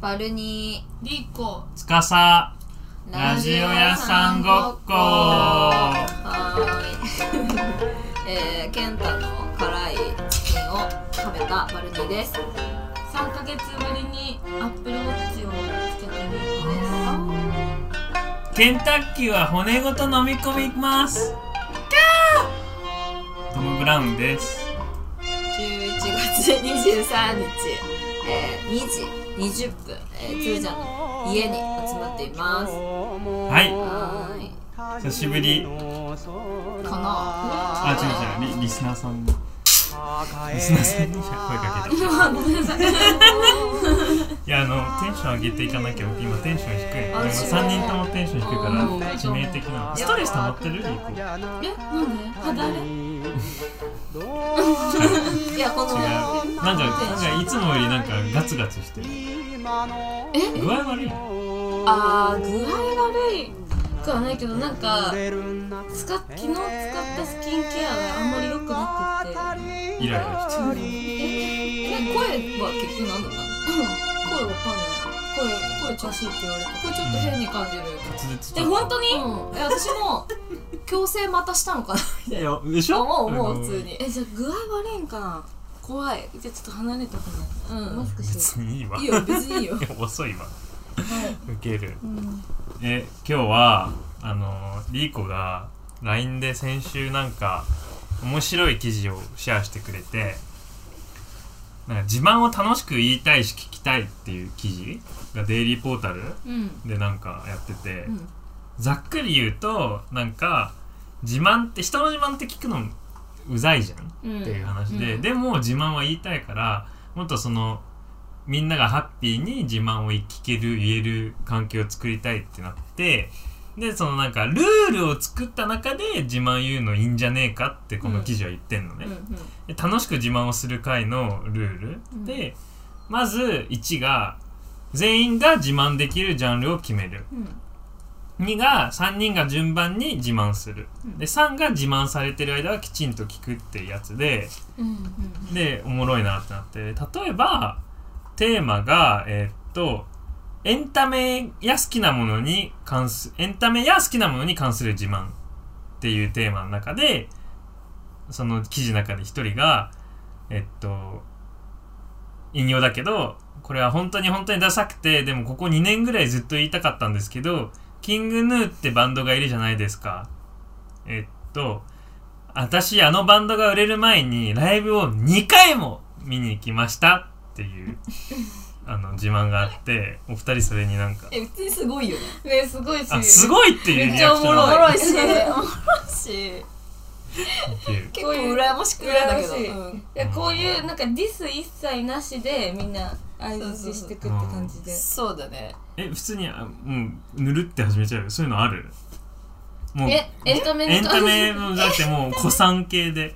バルニリコつかさーラジオ屋さんごっこはーい えー、ケンタの辛いチキンを食べたバルニーです3ヶ月ぶりにアップルウォッチをつけてリコですケンタッキーは骨ごと飲み込みますトム・ブラウンです11月23日、えー、2時20分、えー、つーちゃんの家に集まっていますはいはーい久しぶりこのあ違う違うリリスナーさんにリスナーさんに声かけていやあのテンション上げていかなきゃ僕今テンション低いあ3そう人ともテンション低いからうん致命的なのストレス溜まってるリコえなんで肌荒れいやこの違うなんかなんかいつもよりなんかガツガツしてるえ具合悪いあー具合悪いくはないけどなんか使っ昨日使ったスキンケアがあんまり良くなくてイライラしてるえ声は結局何だったの声わかんない声声調子いいって言われたこれちょっと変に感じる滑舌え本当に、え私も矯正またしたのかないやでしょ思う思う普通にえじゃあ具合悪いんかな怖いじゃあちょっと離れたくないうんマスクして別にいいわいいよ別にいいよ 遅いわウケる、え今日はあのリーコが LINE で先週なんか面白い記事をシェアしてくれてなんか自慢を楽しく言いたいし聞きたいっていう記事がデイリーポータルうんでなんかやってて、うんざっくり言うとなんか自慢って人の自慢って聞くのうざいじゃんうんっていう話で、うんでも自慢は言いたいからもっとそのみんながハッピーに自慢を聞ける言える環境を作りたいってなってでそのなんかルールを作った中で自慢言うのいいんじゃねえかってこの記事は言ってんのね、で楽しく自慢をする会のルール、うんでまず1が全員が自慢できるジャンルを決めるうんうん2が3人が順番に自慢するうんで3が自慢されてる間はきちんと聞くってやつでうんでおもろいなってなって例えばテーマがえーっとエンタメや好きなものに関すエンタメや好きなものに関する自慢っていうテーマの中でその記事の中で一人がえっと引用だけどこれは本当に本当にダサくてでもここ2年ぐらいずっと言いたかったんですけどキングヌーってバンドがいるじゃないですかえっと私あのバンドが売れる前にライブを2回も見に行きましたっていうあの自慢があってお二人それになんかえ普通にすごいよねねすごいしあすごいっていうリアクションがいしおもろいしっていう結構羨ましくないんだけど羨ましいうんいやこういうなんかディス一切なしでみんな相槌してくって感じでそうだねえ普通にあもうぬるって始めちゃうよそういうのあるもうえエンタメエンのタメもだってもう古参系で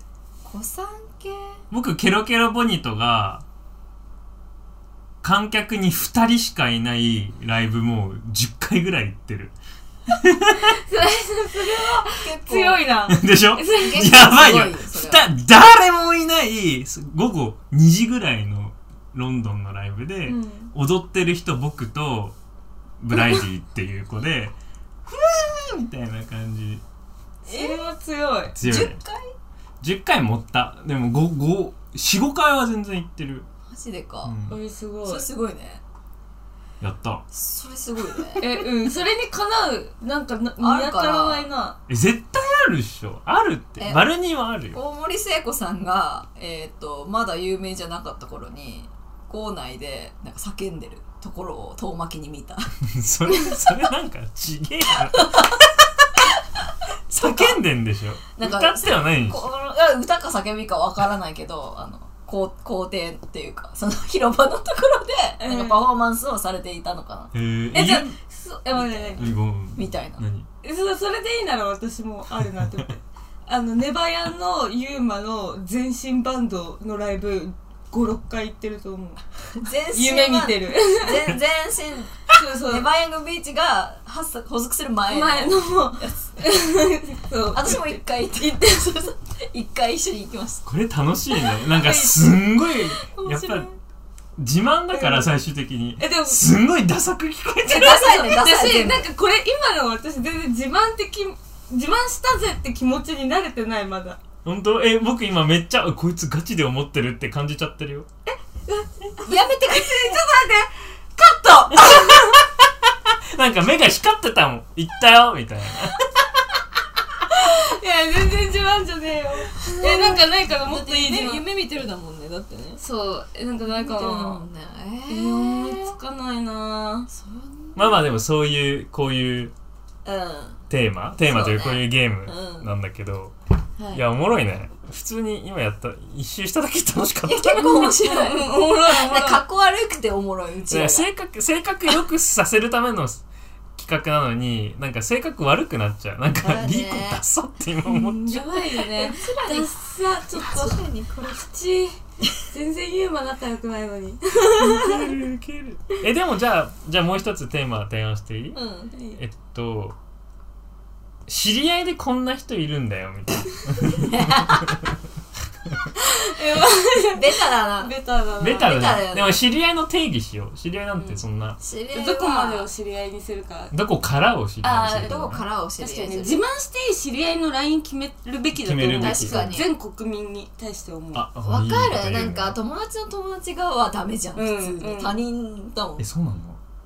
古参系僕ケロケロボニトが観客に2人しかいないライブもう10回ぐらい行ってる 強いいなでしょ結構 やばいよすごいよそれふはた誰もいないす午後2時ぐらいのロンドンのライブで、うん踊ってる人僕とブライディっていう 子でふわーみたいな感じそれは強い強いね10回10回持ったでも45回は全然行ってる、マジでうかんおいすごいそれすごいねやったそれすごいね えうんそれにかなうなんかなある見当かたららないなえ絶対あるっしょあるってえバルニーはあるよ大森聖子さんがえっとまだ有名じゃなかった頃に校内でなんか叫んでるところを遠巻きに見 た それそれなんかちげえな叫んでんでしょなんか歌ってはないんでしこょの歌か叫びかわからないけどあの校校庭っていうかその広場のところでなんかパフォーマンスをされていたのかな、えー、えいじゃあやそえ待って待ってえごめんみたいな何えそそれでいいなら私もあるなって思ってあのネバヤンのユーマの全身バンドのライブ56回行ってると思う全身夢見てるる全全そう そ身うネバーヤングビーチが発足補足する前の前のもそう私も一回行って行ってそうそう一回一緒に行きましたこれ楽しいねなんかすんごい面やっ白いぱ自慢だから最終的にえでもすんごいダサく聞こえ てえダサいねダサい私全部なんかこれ今の私全然自慢的自慢したぜって気持ちに慣れてないまだ本当え僕今めっちゃあこいつガチで思ってるって感じちゃってるよやめてくれちょっと待ってなんか目が光ってたもん行ったよみたいなカットいや全然自慢じゃねえよえなんかないからもっといい自慢夢見てるだもんねだってねそうえなんかないか見てるだもなんねえー思いつかないなそんまあまあでもそういうこういううテーマテーマというそこううねいうゲームなんだけど、んはいいやおもろいね普通に今やった一周しただけ楽しかっいや結構面白いうんおもろいおもろいかっこ悪くておもろいうちたらいやが性格性格良くさせるための企画なのになんか性格悪くなっちゃうなんそうだかねリーコダサって今思っちゃやばいよねらにダッサちょっと確かにこれ口全然ユーマ仲良くな いのにうウケるウケるえでもじゃあじゃあもう一つテーマ提案していい、うんえっと知り合いでこんな人いるんだよみたいなえまベタだあなベタだなベタだベタだねよねでも知り合いの定義しよう知り合いなんてそんな、知り合いはどこまでを知り合いにするかどこからを知り合いにすあるーどこからを知確かり合にねい自す慢るしていい知り合いのライン決めるべきだと思決めるうべき確かに全国民に対して思うあわいいかこと言るうねなんか友達の友達がはダメじゃん普通うんうにん他人だもんえそうなの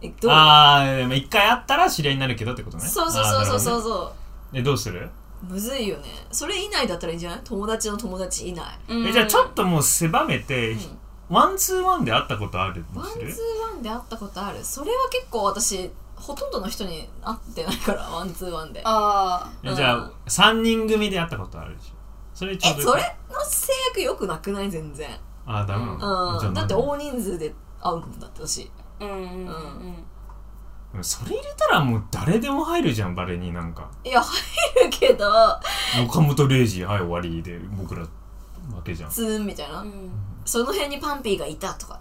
えどうああでも一回会ったら知り合いになるけどってことねそうそうそうそうそううそえどうするうむずいよねそれ以内だったらいいんじゃない友達の友達以内うんえじゃあちょっともう狭めて、んワンツーワンで会ったことあるのワンツすーるワンで会ったことあるそれは結構私ほとんどの人に会ってないからワンツーワンであーえじゃあ三人組で会ったことあるでしょそれちょうどえそれの制約よくなくない全然ああダメなの、じゃうあんだって大人数で会うもんだって私あうんうんうんうでもそれ入れたらもう誰でも入るじゃんバレになんかいや入るけど岡本零士はい終わりで僕ら負 けじゃんツーンみたいな、んうんその辺にパンピーがいたとか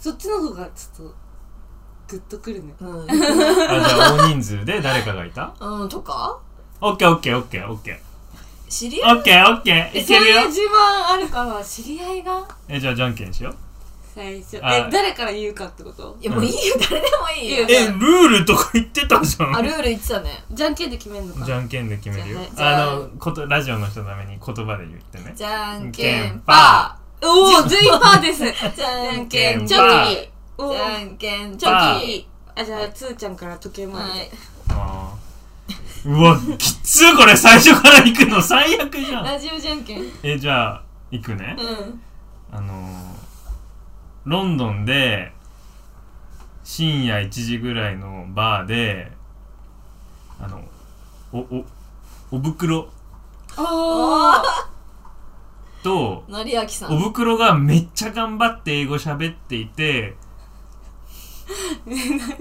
そっちの方がちょっとグッとくるねうんあじゃあ大人数で誰かがいたうんとかオッケーオッケーオッケーオッケー知り合いオッケーオッケーいけるよそういう自慢あるかな知り合いがえじゃあじゃんけんしよう最初えあ誰から言うかってこといやもういいよ、誰でもいいよいいよえルールとか言ってたじゃあんルール言ってたねじゃんけんで決めるのかじゃんけんで決めるよじゃああのことラジオの人のために言葉で言ってねじゃんけんパパおお全員パーですーじゃんじけゃんんチチョョけんパキーキおじーゃんけんチチョパョキキあじゃあつーちゃんから時計回はりいあーうわきつーこれ最初から行くの最悪じゃんラジオじゃんけんうんえじゃあ行くねあのー、ロンドンで深夜1時ぐらいのバーであのおおお袋ああとのりあきさおん袋がめっちゃ頑張って英語喋っていて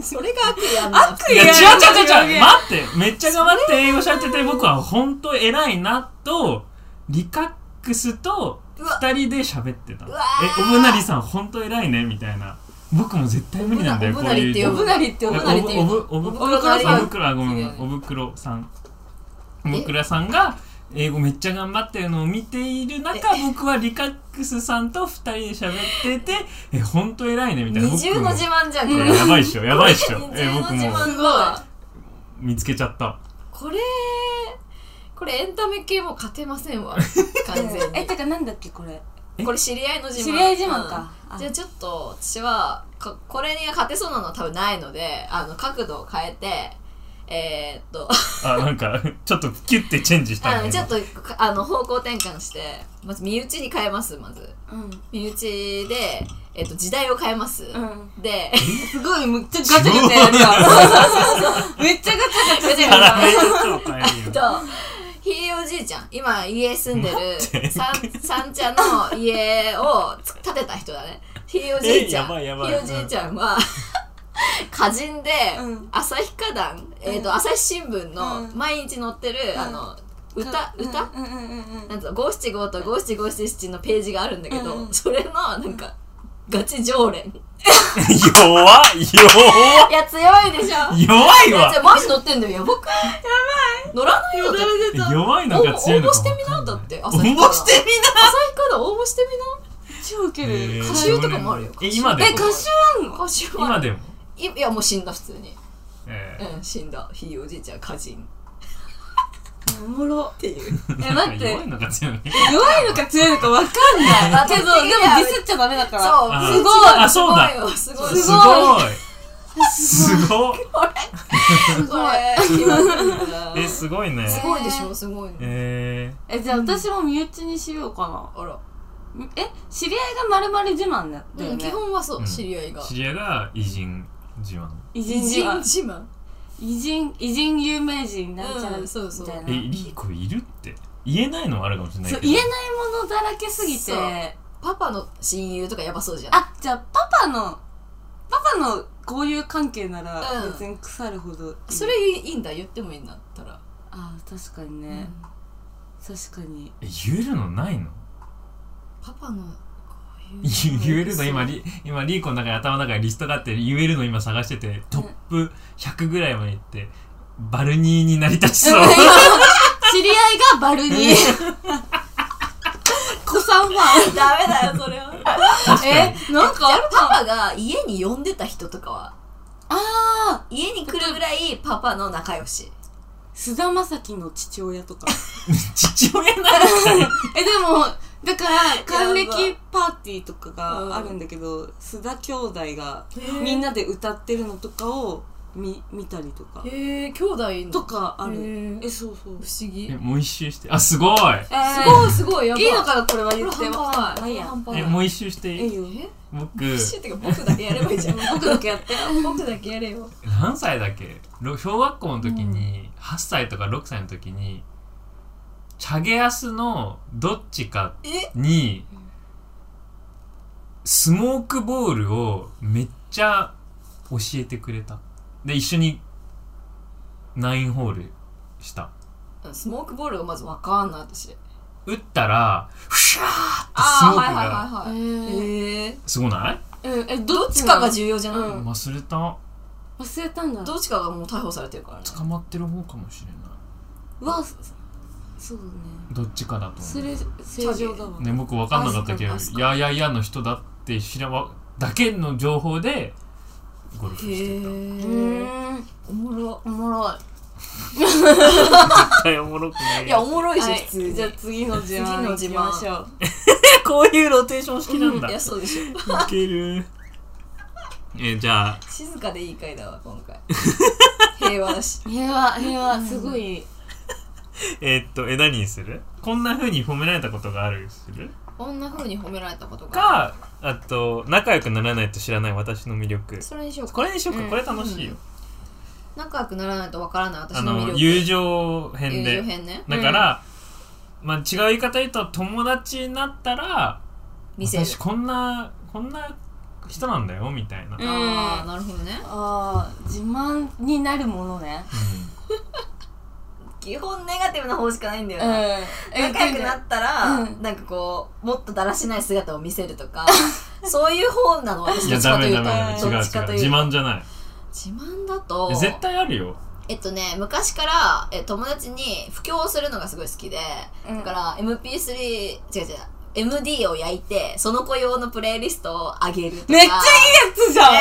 それが悪意あんないや違う違う違う違ういや待ってめっちゃ頑張って英語喋ってて僕は本当偉いなとリカックスとうわ二人で喋ってたうわえおぶなりさん本当偉いねみたいな僕も絶対無理なんだよおこぶうないうおおぶぶななりりっってて呼呼ぶぶななりっ呼ぶおぶりってて呼ぶおぶおぶおあぶくろあごめ違うんおぶくろさんおぶくろさんが英語めっちゃ頑張ってるのを見ている中僕はリカックスさんと二人で喋っててえ本当偉いねみたいな二重の自慢じゃんこ僕れもやばいっしょやばいっしょ二え重の僕自もう慢うが見つけちゃったこれこれエンタメ系も勝てませんわ完全 えにてかなんだっけこれえこれ知り合いの自慢知り合い自慢かうんあじゃあちょっと私はかこれに勝てそうなのは多分ないのであの角度を変えてえー、っとあなんかちょっとキュッてチェンジしたあね のちょっとかあの方向転換してまず身内に変えますまずうん身内で、えっと時代を変えます、んですごいめっちゃガチャガチャやるからめっちゃガチャガチャやるあからめっちゃおかえりえっよとひいおじいちゃん今家住んで待ってるさん三茶の家をつ建てた人だねひいおじいちゃんえやばいやばいひいおじいちゃんは歌人でうん朝日花壇、えっとうん朝日新聞のうん毎日載ってる、んあの歌、歌、うんうんうんうなんんつうの五七五と五七五七七のページがあるんだけど、うんうんそれのなんかガチ常連い弱い弱や強いでしょいい弱いやわじゃあマジ乗ってんだよやばくないやばい乗らないよだってれ弱いのか強いのか応募してみなだって応朝日募からしてみな朝日から応募してみな詞を受けへるー歌集とかもあるよえ今でえも歌手あんの歌集は今でもいいやもう死んだ普通にえーうん死んだひいおじいちゃん歌人おもろっていうえ待って弱いのか強いのか弱いのか強いのかわかん ないけどでもディスっちゃダメだからそうあーすごいあそうだすごいよすすごごいいごいすすごいごい今来るなえすごいねすごいでしょすごいねええじゃあ私も身内にしようかあらなえ知り合いがまるまる自慢だったようんね基本はそううん知り合いー、が知り合いが偉人自慢偉人偉自人慢自慢偉人偉人有名人なんちゃらうみんそうそうたいえなリーコいるって言えないのもあるかもしれないそけうど言えないものだらけすぎそうてパパの親友とかやばそうじゃんあじゃあパパのパパの交友関係ならうん別に腐るほどいい、それいいんだ言ってもいいんだったらあ確かにね、確かにえ言えるのないのパパのこういう 言えるのそう今リ今リーコの中に頭の中にリストがあって言えるの今探しててトップ100ぐらいまで行ってバルニーになりたち そう知り合いがバルニー 子さんファンダメだよそれはええなんかあるパかパが家に呼んでた人とかはああ家に来るぐらいパパの仲良し菅田将暉の父 親とか父親なのかよえでもだから 還やば暦パーティーとかがあるんだけど、須田兄弟がみんなで歌ってるのとかを見見たりとかへえ兄弟のとかあへるーえそうそう不思議えもう一周してあすごいえーすごいすごいやばいいのかなこれは言これって半も端まなあいいいやこれえ半端もないう一周していえいいよえ僕シュってか 僕だけやればいいじゃん僕だけやって僕だけやれよ何歳だっけろ小学校の時に、8歳とか6歳の時にチャゲアスのどっちかえにスモークボールをめっちゃ教えてくれたで一緒にナインホールしたスモークボールがまずわかんない私打ったらフシャーってスああはいモークはいがはいはいへえすごないうんえどどっっちちかかががじ重要じゃない、うん忘れた忘れたんだどっちかがもう逮捕されてるからね捕まってる方かもしれなはそうだねいどっちかだと思うそれ正常だわね、僕分かんなかったけどあそっ「かややや」の人だって知らわだけの情報でゴルフしてたうへえーんおもろおもろい絶 対おもろくないいやおもろいし、はい普通にじゃあ次の自慢行き次のま自しょうこういうローテーション式なんだいいやそうでしょけるえじゃあ静かでいい回だわ今 回平和だし平和平和すごいえーっとえ何にするこんな風に褒められたことがあるするこんな風に褒められたことがかあと仲良くならないと知らない私の魅力それにしようかこれにしようか、うんこれ楽しいよ、仲良くならないとわからない私あの魅力の友情編で友情編ねだから、まあ違う言い方言うと友達になったら見せる私こんなこんな人なんだよみたいな、うんああなるほどねあー自慢になるものね基本ネガティブな方しかないんだうよんな、え仲良くなったら、うんなんかこうもっとだらしない姿を見せると かそういう方なの私いどやっちかダとメいうダとメダメ違う違どっちかとういう自と慢じゃない自慢だとえ絶対あるよえっとね昔からえ友達に布教をするのがすごい好きで、うんだから MP3 違う違う MD を焼いてその子用のプレイリストを上げるとかめっちゃいいやつじゃんい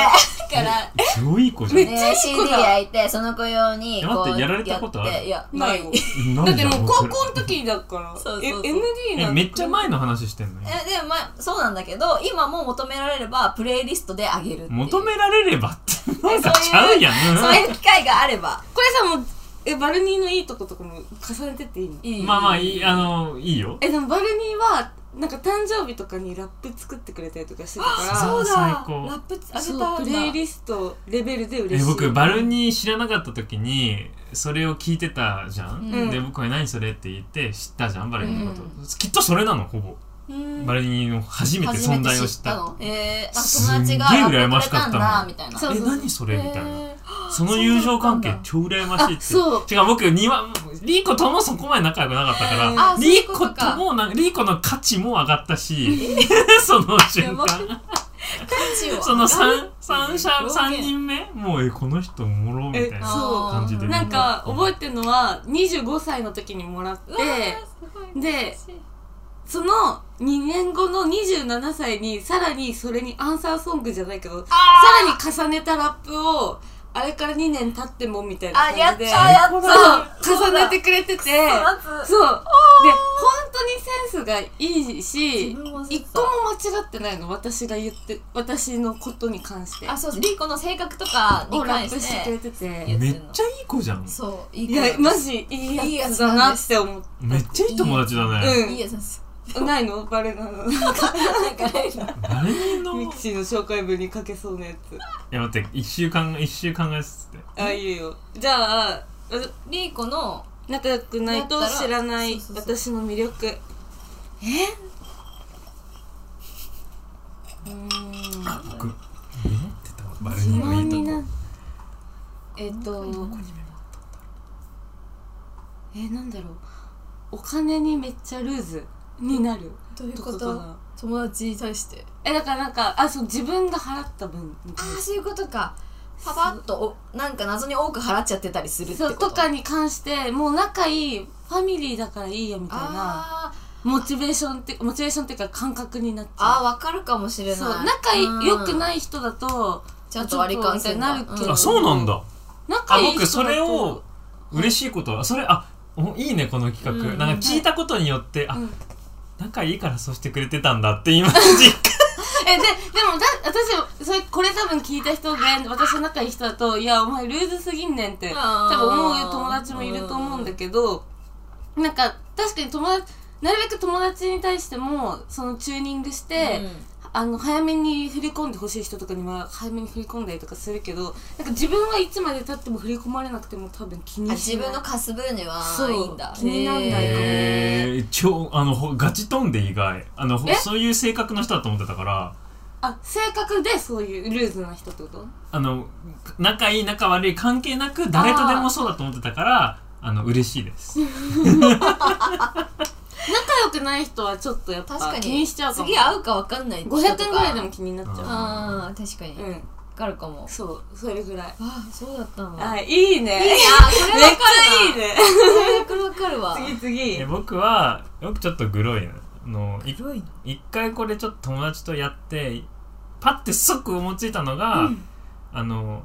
だ からすごいいい子じゃんめえっちゃいい子だ CD 焼いてその子用にえこ待っうてやられたことあるやっていやないえよなんだでってもう高僕校の時だからそうそうそうえ MD なえんめっちゃ前の話してんのよでもまあそうなんだけど今もう求められればプレイリストで上げるっていう求められればってなんかそういうちゃうやんそういう機会があればこれさもうえバルニーのいいとことかも重ねてっていいのいいまあまあいいあのいいよえでもバルニーはなんか誕生日とかにラップ作ってくれたりとかしてたからそうだ最高ラップ上げたそんうだプレイリストレベルで嬉しえい僕バルニー知らなかった時にそれを聞いてたじゃん、うんで僕は何それって言って知ったじゃんバルニーのこと、うきっとそれなのほぼ、うんバルニーの初めて初存在を知知ったのえー、すあん友達がげえラップくれ羨ましかったもんたんだみたいなそうえ何それみへたいなーその友情関係あ超羨ましいってあそう違う僕にはリーコともそこまで仲良くなかったから、あそういリうーこコとかともなリーコの価値も上がったし その瞬間一応その 3, 表三現者三人目もうえこの人おもろみえたいなあーそ感じでうみななんか覚えてるのは25歳の時にもらっうてわーすごいでその2年後の27歳にさらにそれにアンサーソングじゃないけどさらに重ねたラップをあれから2年経ってもみたいなあ、や感っじたでやっそたう重ねてくれてて夏そうで本当にセンスがいいし自分もそう一個も間違ってないの私が言って私のことに関してあ、そうそう、リコの性格とかにをラ関ップししてくれてていやてめっちゃいい子じゃんそう、いいい子やなマんですジいいやつだなって思っめっちゃいい友達だねうんいいやつなん ですたないのバレ なのミなんかね誰にのいクシーの紹介文にかけそうなやつや待って一週間一週間がつってあいいよじゃあリーコの仲良くないと知らないだったらそう私の魅力えうーん僕メモってたわバレ疑にもい問いとになこるえっとえなんだろうお金にめっちゃルーズになるどういうとこかかとな友達に対してえだからなんかあそう自分が払った分あみたいあそういうことかパパッとおなんか謎に多く払っちゃってたりするっなてこそとうとかに関してもう仲いいファミリーだからいいよみたいなあーモチベーションってモチベーションっていうか感覚になっちゃあうーわかるかもしれないそう仲い良くいない人だとちゃんと割り勘せんだちょっとってなるけどあそうなんだ仲あいい人だと僕それを嬉しいことあそれあおいいねこの企画、うんなんか聞いたことによって、うあん仲いいからそうしてくれてたんだって今実感 えででもだ私それこれ多分聞いた人で私の仲いい人だと「いやお前ルーズすぎんねん」ってあ多ー分思う友達もいると思うんだけどなんか確かに友達なるべく友達に対してもそのチューニングして、あの早めに振り込んでほしい人とかには早めに振り込んだりとかするけどなんか自分はいつまでたっても振り込まれなくても多分気にあ自しない分の貸す分にはそういいんだ気になんないへー えー、超あのほガチ飛んで意外あのほえそういう性格の人だと思ってたからあ性格でそういうルーズな人ってことあの仲いい仲悪い関係なく誰とでもそうだと思ってたからあの嬉しいです仲良くない人はちょっとやっ確かぱに気にしちゃうかも次会うかわかんない人と500か円ぐらいでも気になっちゃあー確かにううわんかるかもそうそれぐらいあーそうだったのあいいねいいねあーこれめわっかるちゃいいねなこれわかるわ次え僕はよくちょっとグロいなあのい黒い一回これちょっと友達とやってパッて即思いついたのが、あの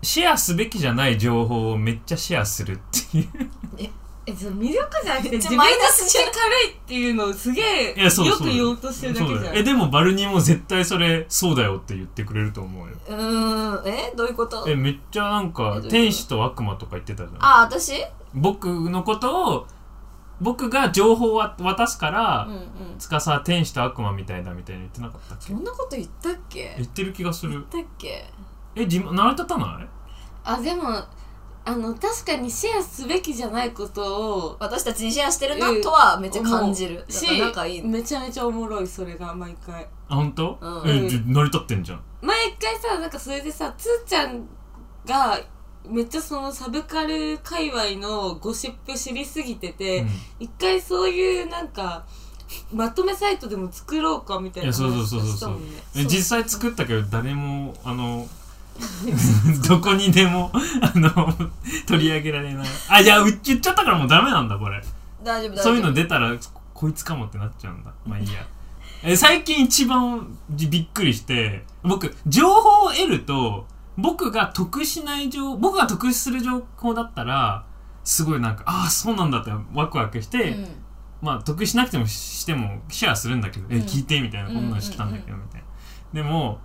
シェアすべきじゃない情報をめっちゃシェアするっていう えその魅力じゃなくてっちゃ自分がマイナスじ口軽いっていうのをすげえいやそうよそくう言おうとしてるだそけうじだゃよんえでもバルニーも絶対それそうだよって言ってくれると思うようーんえどういうことえめっちゃなんえどういうこかと天使と悪魔とか言ってたじゃんあ私僕のことを僕が情報を渡すから、うんうん司は天使と悪魔みたいだみたいに言ってなかったっけそんなこと言ったっけ言ってる気がする言ったっけえ自慢成り立たないあでもあの確かにシェアすべきじゃないことを私たちにシェアしてるうなんとはめっちゃ感じるだしから仲いいめちゃめちゃおもろいそれが毎回あ本当、うんえじゃ成り立ってんじゃん毎回さなんかそれでさつーちゃんがめっちゃそのサブカル界隈のゴシップ知りすぎてて、うん一回そういうなんかまとめサイトでも作ろうかみたいないやそうそうそうそうしたもんねえ実際作ったけど誰もあの どこにでもあの取り上げられないあいやう言っちゃったからもうダメなんだこれ大丈夫大丈夫そういうの出たらここいつかもってなっちゃうんだまあいいやえ最近一番じびっくりして僕情報を得ると僕が得しない情僕が得する情報だったらすごいなんかああそうなんだってワクワクして、うんまあ得しなくてもしてもシェアするんだけど、うえん聞いてみたいなこんなの知ったんだけどみたいな、でも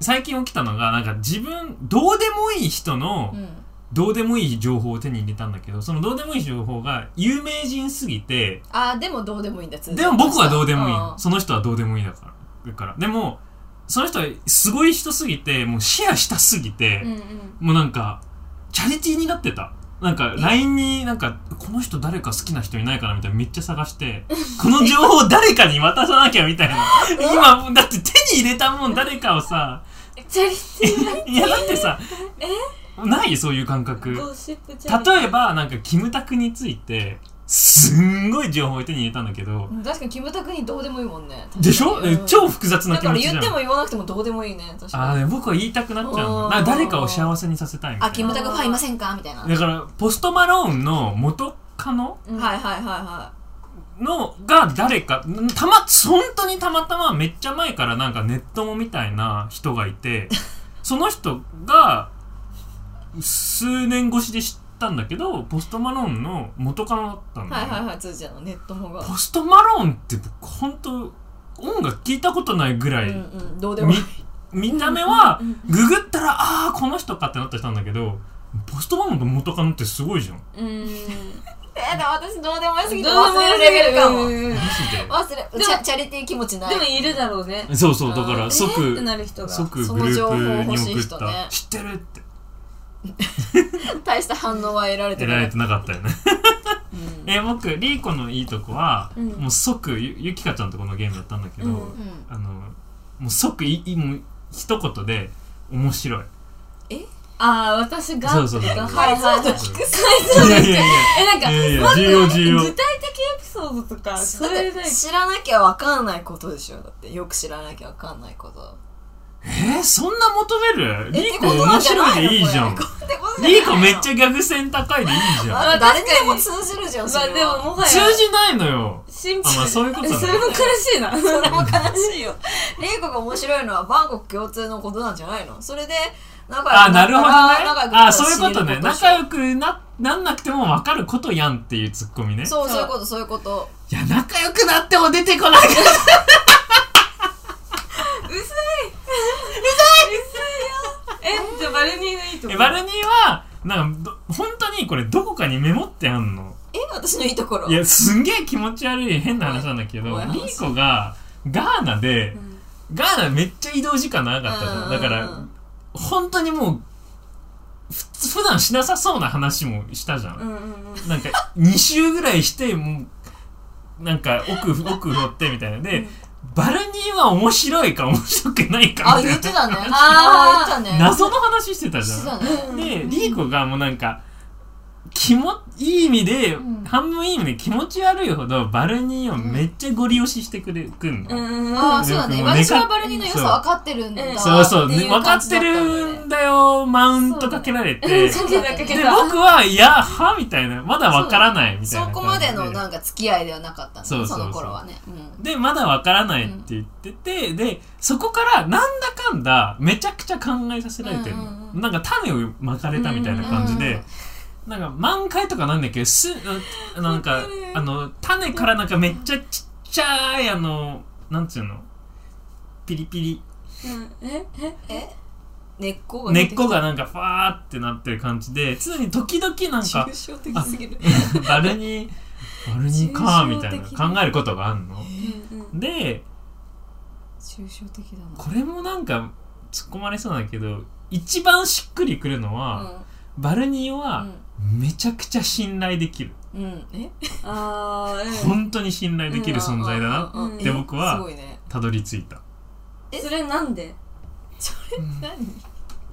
最近起きたのがなんか自分どうでもいい人のうんどうでもいい情報を手に入れたんだけどそのどうでもいい情報が有名人すぎてあーでもどうでもいいんだでも僕はどうでもいいあのその人はどうでもいいだからだからでもその人はすごい人すぎてもうシェアしたすぎて、うんうんもうなんかチャリティーになってたなんか LINE になんかこの人誰か好きな人いないかなみたいなめっちゃ探してこの情報を誰かに渡さなきゃみたいな今もうだって手に入れたもん誰かをさチャリいやだってさないそういう感覚ゴシップチャリ例えばなんかキムタクについてすんごい情報を手に入れたんだけどうん確かにキムタクにどうでもいいもんねでしょ、うん超複雑なだ気か持らちじゃん言っても言わなくてもどうでもいいね確あーかにでも僕は言いたくなっちゃうおのーなんか誰かを幸せにさせたいみたいあなキムタクファンいませんかみたいなはいだからポストマローンの元カノはいはいはのが誰かたま本当にたまたまめっちゃ前からなんかネッ友みたいな人がい てその人が数年越しで知ったんだけどポストマローンの元カノだったんだよはいね、はいはい通じゃのネットもがポストマローンって僕本当音楽聞いたことないぐらい、うんうんどうでもみいい見た目はググったらああこの人かってなった人なんだけどポストマローンの元カノってすごいじゃんうーん。 えでも私どうでもよすぎてどう忘もれるレベルかもうんマジで忘れもチャチャリティー気持ちないでもいるだろうね。そうそうだからえー即ってなる人が。即そグのル情報ー欲プにしい送っ人た、ね知ってるって大した反応は得られて得ならいれてなかったよねうんえ僕リーコのいいとこは、うんもう即ゆゆきかちゃんとこのゲームやったんだけど、うんうんあのもう即いいもう一言で面白いああ、私が。そうそうそうが解像度い低すいやいやいえ、なんか、やいやいもっやと重要重要具体的エピソードとか、それだでって。知らなきゃわかんないことでしょだってよく知らなきゃわかんないことえー、そんな求めるリーコってことな面じゃな白いでいいじゃんこれってことじゃないのリーコめっちゃ逆線高いでいいじゃんまああ誰にでも通じるじゃんまそあれではももはや。通じないのよシンプあまあそういうことル。え、だそねれも苦しいな。それも悲しいよ。レイコが面白いのはバンコク共通のことなんじゃないのそれで、仲良あくなるほどね仲良くあそういうことね知れ仲る良くななんなくても分かることやんっていうツッコミねでしょそう、そういうこと、そういうこと。いや仲良くなっても出てこないえ、じゃあバルニーのいいとこ。えバルニーはなんかど本当にこれどこかにメモってあんのえ、私のいいところ。いやすんげえ気持ち悪い変な話なんだけどリおいおいーコがガーナで、んガーナめっちゃ移動時間長かったじゃんだかうんうんうらん本当にもうふ普段しなさそうな話もしたじゃんうんうんうん。なんか2週ぐらいしてもうなんか奥奥掘ってみたいなで、バルニーは面白いか面白くないあ、かみた言いってたね。ああー、言ってたね。な謎の話してたじしてゃたん。ね。でリーコがもうなんか気もいい意味で、うん半分いい意味で気持ち悪いほどバルニーをめっちゃゴリ押ししてくれくんの。うんうんうん。あー、そうだね。よくもう私はネカバルニーの良そうさ分かってるんだ。そうそう、ね、分分かってるんだよマウントかけられて、そうかけたかけでた。僕はいやはみたいなまだ分からないみたいそな感じこまでのなんか付き合いではなかったそうその、うそそうの頃はね。うんでまだわからないって言ってて、でそこからなんだかんだめちゃくちゃ考えさせられてるの、うんうんなんか種をまかれたみたいな感じで、うんなんか満開とかなんだっけすあなんわかかるあの種からなんかめっちゃちっちゃいあのなんつうのピリピリうんえええ根っこが根っこがなんかファーってなってる感じで常に時々なんか抽象的すぎる。 バルニーバルニーかみたい抽象的な考えることがあんのうんうんで抽象的だな。これもなんか突っ込まれそうだけど一番しっくりくるのは、バルニーはめちゃくちゃ信頼できる、うん、うん、えああ、うん本当に信頼できる存在だなうんうんうんって僕はすごいね。たどり着いたそれなんで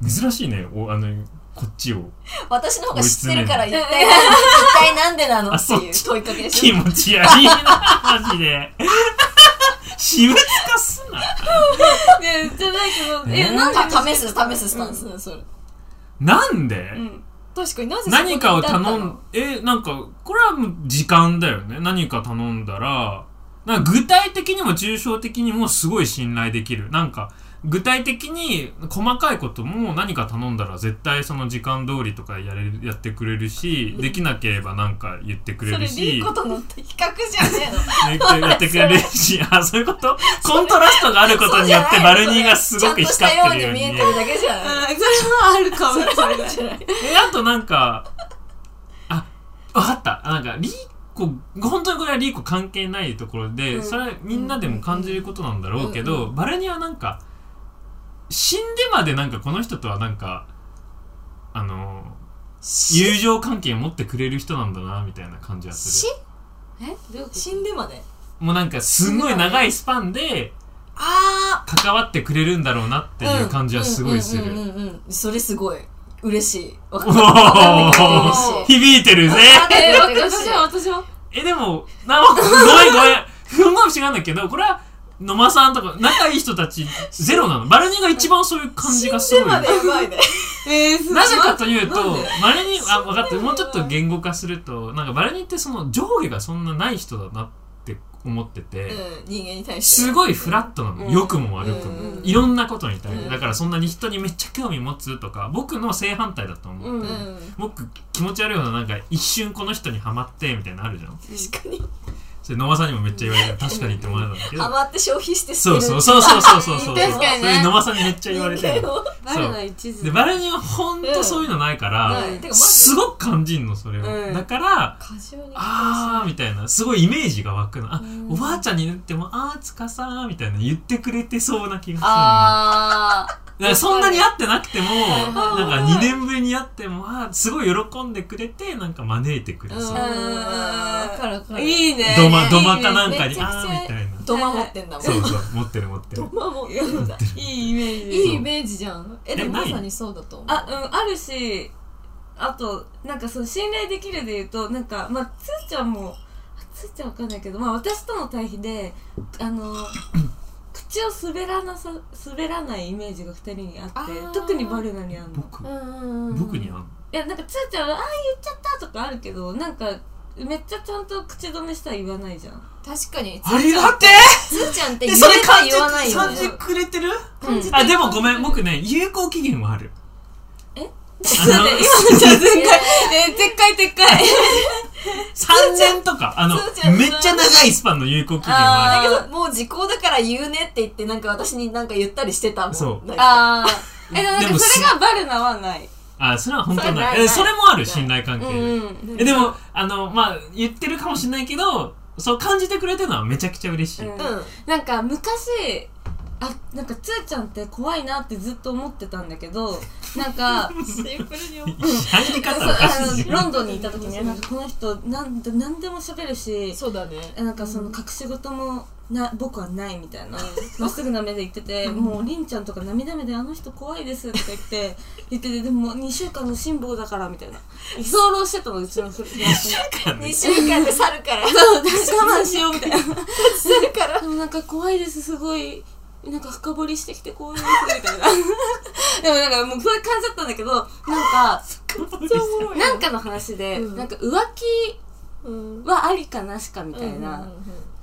何珍しいねおあのこっちを私の方が知ってるから一体、一体なんでなのあってそっいうち問いかけでし気ょ。持ち悪いなマジで 私物化すないや、じゃないけど、ええ、なんでた試す、試すスタンス、それ。なんで、うん。確かになぜそこに何かを頼至ったんのえなんかこれはもう時間だよね何か頼んだらなんか具体的にも抽象的にもすごい信頼できるなんか具体的に細かいことも何か頼んだら絶対その時間通りとかやれるやってくれるしできなければなんか言ってくれそれ、るリしーコとの比較じゃねえの。ねやってくれるしあそういうことコントラストがあることによってバルニーがすごくちゃんとし光ったてようるようにに見え見えてるるだけじゃうん、それん。はあるかもしれない。それじゃないえあとなんかあわかったあなんかリーコ本当にこれはリーコ関係ないところで、うんそれはみんなでも感じることなんだろうけど、バルニはなんか死んでまでなんかこの人とはなんかあの友情関係を持ってくれる人なんだなみたいな感じはす死るえどういうこと死んでまで。もうなんかすごい長いスパンであ関わってくれるんだろうなってーいう感じはすごいする、うんうんうんうんうん。それすごい。嬉しい。わかおる。ーわかってくれるし響いてるぜえ、待って、わかってくれるし私は、私は。え、でも、なごめんごめん。ふんごし違うんだけど、これは、野間さんとか、仲いい人たち、ゼロなの。バルニが一番そういう感じがす死んでごい。まなでうまいね。えー、すごいぜかというとなんで、バルニ、あ、分かった。もうちょっと言語化すると、なんかバルニってその上下がそんなない人だなっ思ってうて、ん、人間に対してすごいフラットなうのん良くも悪くも、うんいろんなことに対しうてんだからそんなに人にめっちゃ興味持つとか僕の正反対だと思う、うんうん僕気持ち悪いほどなんか一瞬この人にハマってみたいなのあるじゃん確かにそれ野間さんにもめっちゃ言われて確かに言ってもらえたんだけどハマって消費してそうそうそうそうそうそうそう確かにねそれ野間さんにめっちゃ言われ人てる間をバレない一途でバレにはほんとそういうのないから、はいてかまずすごく感じんのそれを、うんだから過剰にあーみたいなすごいイメージが湧くのあ、うんおばあちゃんに言ってもあーつかさーみたいな言ってくれてそうな気がするのああだからそんなに会ってなくてもはいなんはいか2年ぶりに会ってもあーすごい喜んでくれてなんか招いてくれそう、うんわかるわかるいいねドマドマかなんかめにちゃくちゃあーみたいなドマ持ってんだもんそうそう持ってる持ってるドマ持ってんだいいイメージいいイメージじゃんえでもえなまいさにそうだと思うあうんあるしあとなんかその信頼できるで言うとなんかまあつーちゃんもつーちゃんわかんないけどまあ私との対比であの口を滑らなさ滑らないイメージが二人にあってあー特にバルナにあんの僕うん僕にあんのいやなんかつーちゃんは「ああ言っちゃった」とかあるけどなんかめっちゃちゃんと口止めしたら言わないじゃん確かにありがてつーちゃんってえ言えそれた感らじ言わないよ感ねじくれてる感じてあでもごめん僕ね有効期限はあるえあ の今の じゃ全開えでっかいでっかい3年とかあのそうじゃんめっちゃ長いスパンの有効期限はああーだけどもう時効だから言うねって言ってなんか私になんか言ったりしてたもんそうなんかああ えでもなんでかもそれがバルナはないるあそれは本当それないないないえそれもあるない信頼関係うで、んうんえでもあのまあ言ってるかもしれないけどそう感じてくれてるのはめちゃくちゃ嬉しい、うんうんなんか昔あなんかつーちゃんって怖いなってずっと思ってたんだけどなん かシンプルに思入りそう方おかしいあじのゃロンドンにいた時になんかこの人なんで何でも喋るしうそうだねなんかその隠し事もな僕はないみたいなまっすぐな目で言ってて「もうりんちゃんとか涙目であの人怖いです」とか言って言っててでも2週間の辛抱だからみたいな居候してたのうちのふ ん2週間で去るから我慢しようみたいな去るからでもなんか怖いですすごいなんか深掘りしてきて怖いですみたいな でもなんかもうそういう感じだったんだけどなんかなんかの話で、うんなんか浮気うんはありかなしかみたいな、うんうんうん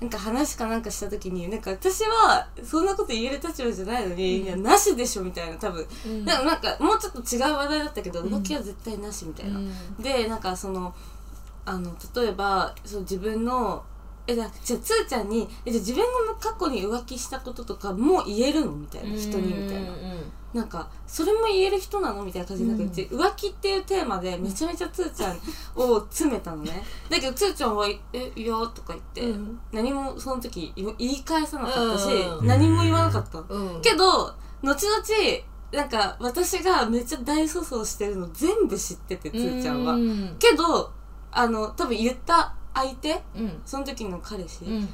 なんか話かなんかした時になんか私はそんなこと言える立場じゃないのに、うんいやなしでしょみたいな多分、うんなんかなんかもうちょっと違う話題だったけど、うん浮気は絶対なしみたいな、うんでなんかそのあの例えばそう自分のえじゃあじゃあつーちゃんにえじゃあ自分が過去に浮気したこととかも言えるのみたいな人にみたいななんかそれも言える人なのみたいな感じでなんかううんち浮気っていうテーマでめちゃめちゃつーちゃんを詰めたのねだけどつーちゃんは「えいや」とか言って、うん何もその時言言い返さなかったし、うん何も言わなかったのうんけど後々なんか私がめっちゃ大粗相してるの全部知っててつーちゃんは。うんけどあの多分言った相手うんその時の彼氏、うん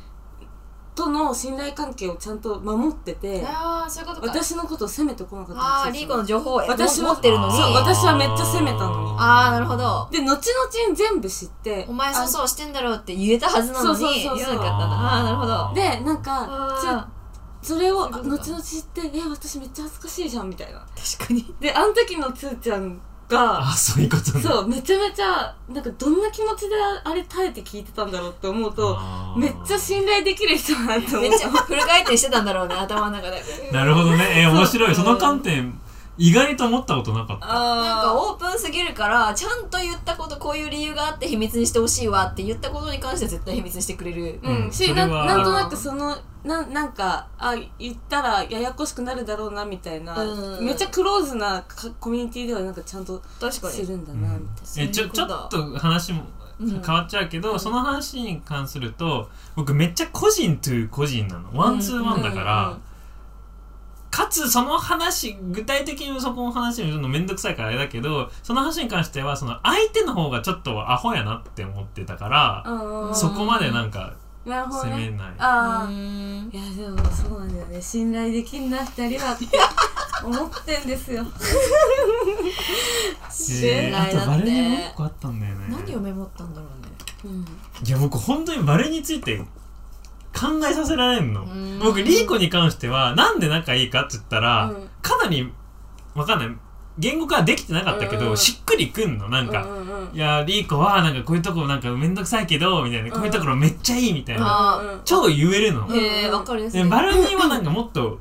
との信頼関係をちゃんと守っててああそういうことか私のことを責めてこなかったああリーコの情報を私は持ってるのにそう私はめっちゃ責めたのにあーなるほどで後々に全部知ってお前そうそうしてんだろうって言えたはずなのにそうそう言そうわそうなかったんだああーなるほあどでなんかちょあそれをそういう後こと々か知って「え私めっちゃ恥ずかしいじゃん」みたいなー確かにであの時のつーちゃんあがそういうことねそうめちゃめちゃなんかどんな気持ちであれ耐えて聞いてたんだろうって思うとあーめっちゃ信頼できる人だなって思めうっちゃフル回転してたんだろうね頭の中でなるほどねえ面白いそそうの観点意外と思ったことなかったなんあかオープンすぎるからちゃんと言ったことこういう理由があって秘密にしてほしいわって言ったことに関しては絶対秘密にしてくれるうん、うんしそれなはなんとなくそのななんかあ言ったらややこしくなるだろうなみたいな、うんめっちゃクローズなかコミュニティではなんかちゃんと確かすにるんだなみたいそういえうちょこちょとだっと話もうん変わっちゃうけど、その話に関すると僕めっちゃ個人と個人なのワンツーワンだから、うんうんかつその話具体的にそこの話にするのめんどくさいからあれだけどその話に関してはその相手の方がちょっとアホやなって思ってたから、な、あーそこまでなんかなるほど責めねない、ああうんいやでもそうなんだよね信頼できんな二人は って思ってんですよえーあとバレにもう一個あったんだよね何をメモったんだろうねうんいや僕本当にバレについて考えさせられんのん僕リーコに関してはなんで仲いいかって言ったら、うんかなりわかんない言語化はできてなかったけうんうど、んしっくりくんの、なんうか。んうんいや、リーコは、なんかこういうとこなんかめんどくさいけど、みたいな、こういうところめっちゃいいみたいな。あうんうん超言えるの。へえわかるですでねバルニーはなんかもっと、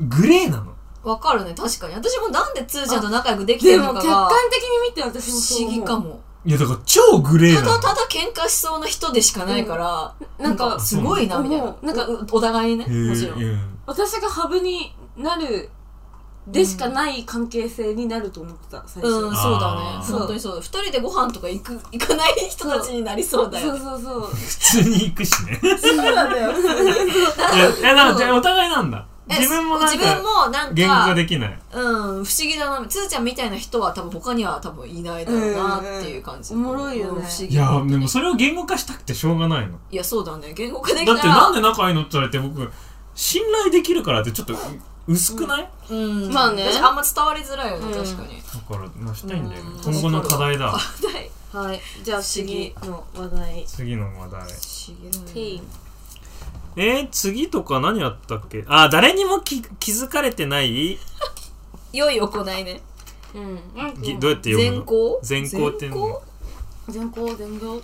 グレーなの。わかるね確かに私もなんでつーちゃんと仲良くできてでるのもか客観が的に見て私も不そう思思う議かもいや、だから超グレーたなの。だただ喧嘩しそうな人でしかないから、うんななんんかかすごいなみたいな思うなんかおお互いにねへえもちろんうん私がハブになるでしかない関係性になると思ってた最初、うん、そうだねあ。ー本当にそう。二人でご飯とか行く、行かない人たちになりそうだよそうね。そうそう普通に行くしね。そうなん だよ。いや、いやだからじゃあお互いなんだ。自分もなん自分か、もなん言語か化、できない。うん、不思議だな。つーちゃんみたいな人は多分他には多分いないだろうなっていう感じ。うんうんおもろいよねうん不思い議。や、でもそれを言語化したくてしょうがないの。いや、そうだね。言語化できただら。ってなんで仲いいのって言われて僕、信頼できるからってちょっとう薄くない、だうん。まあね私あんま伝わりづらいよね、うん確かに。から、まあ、したいんだよねうん。今後の課題だ。課題。はいじゃあ次の話題次の不話題。思議だティねーン。えー、次とか何あったっけあ、誰にもき気づかれてない良い行いね。うんぎどうやって読む善の行善行って善行全校全業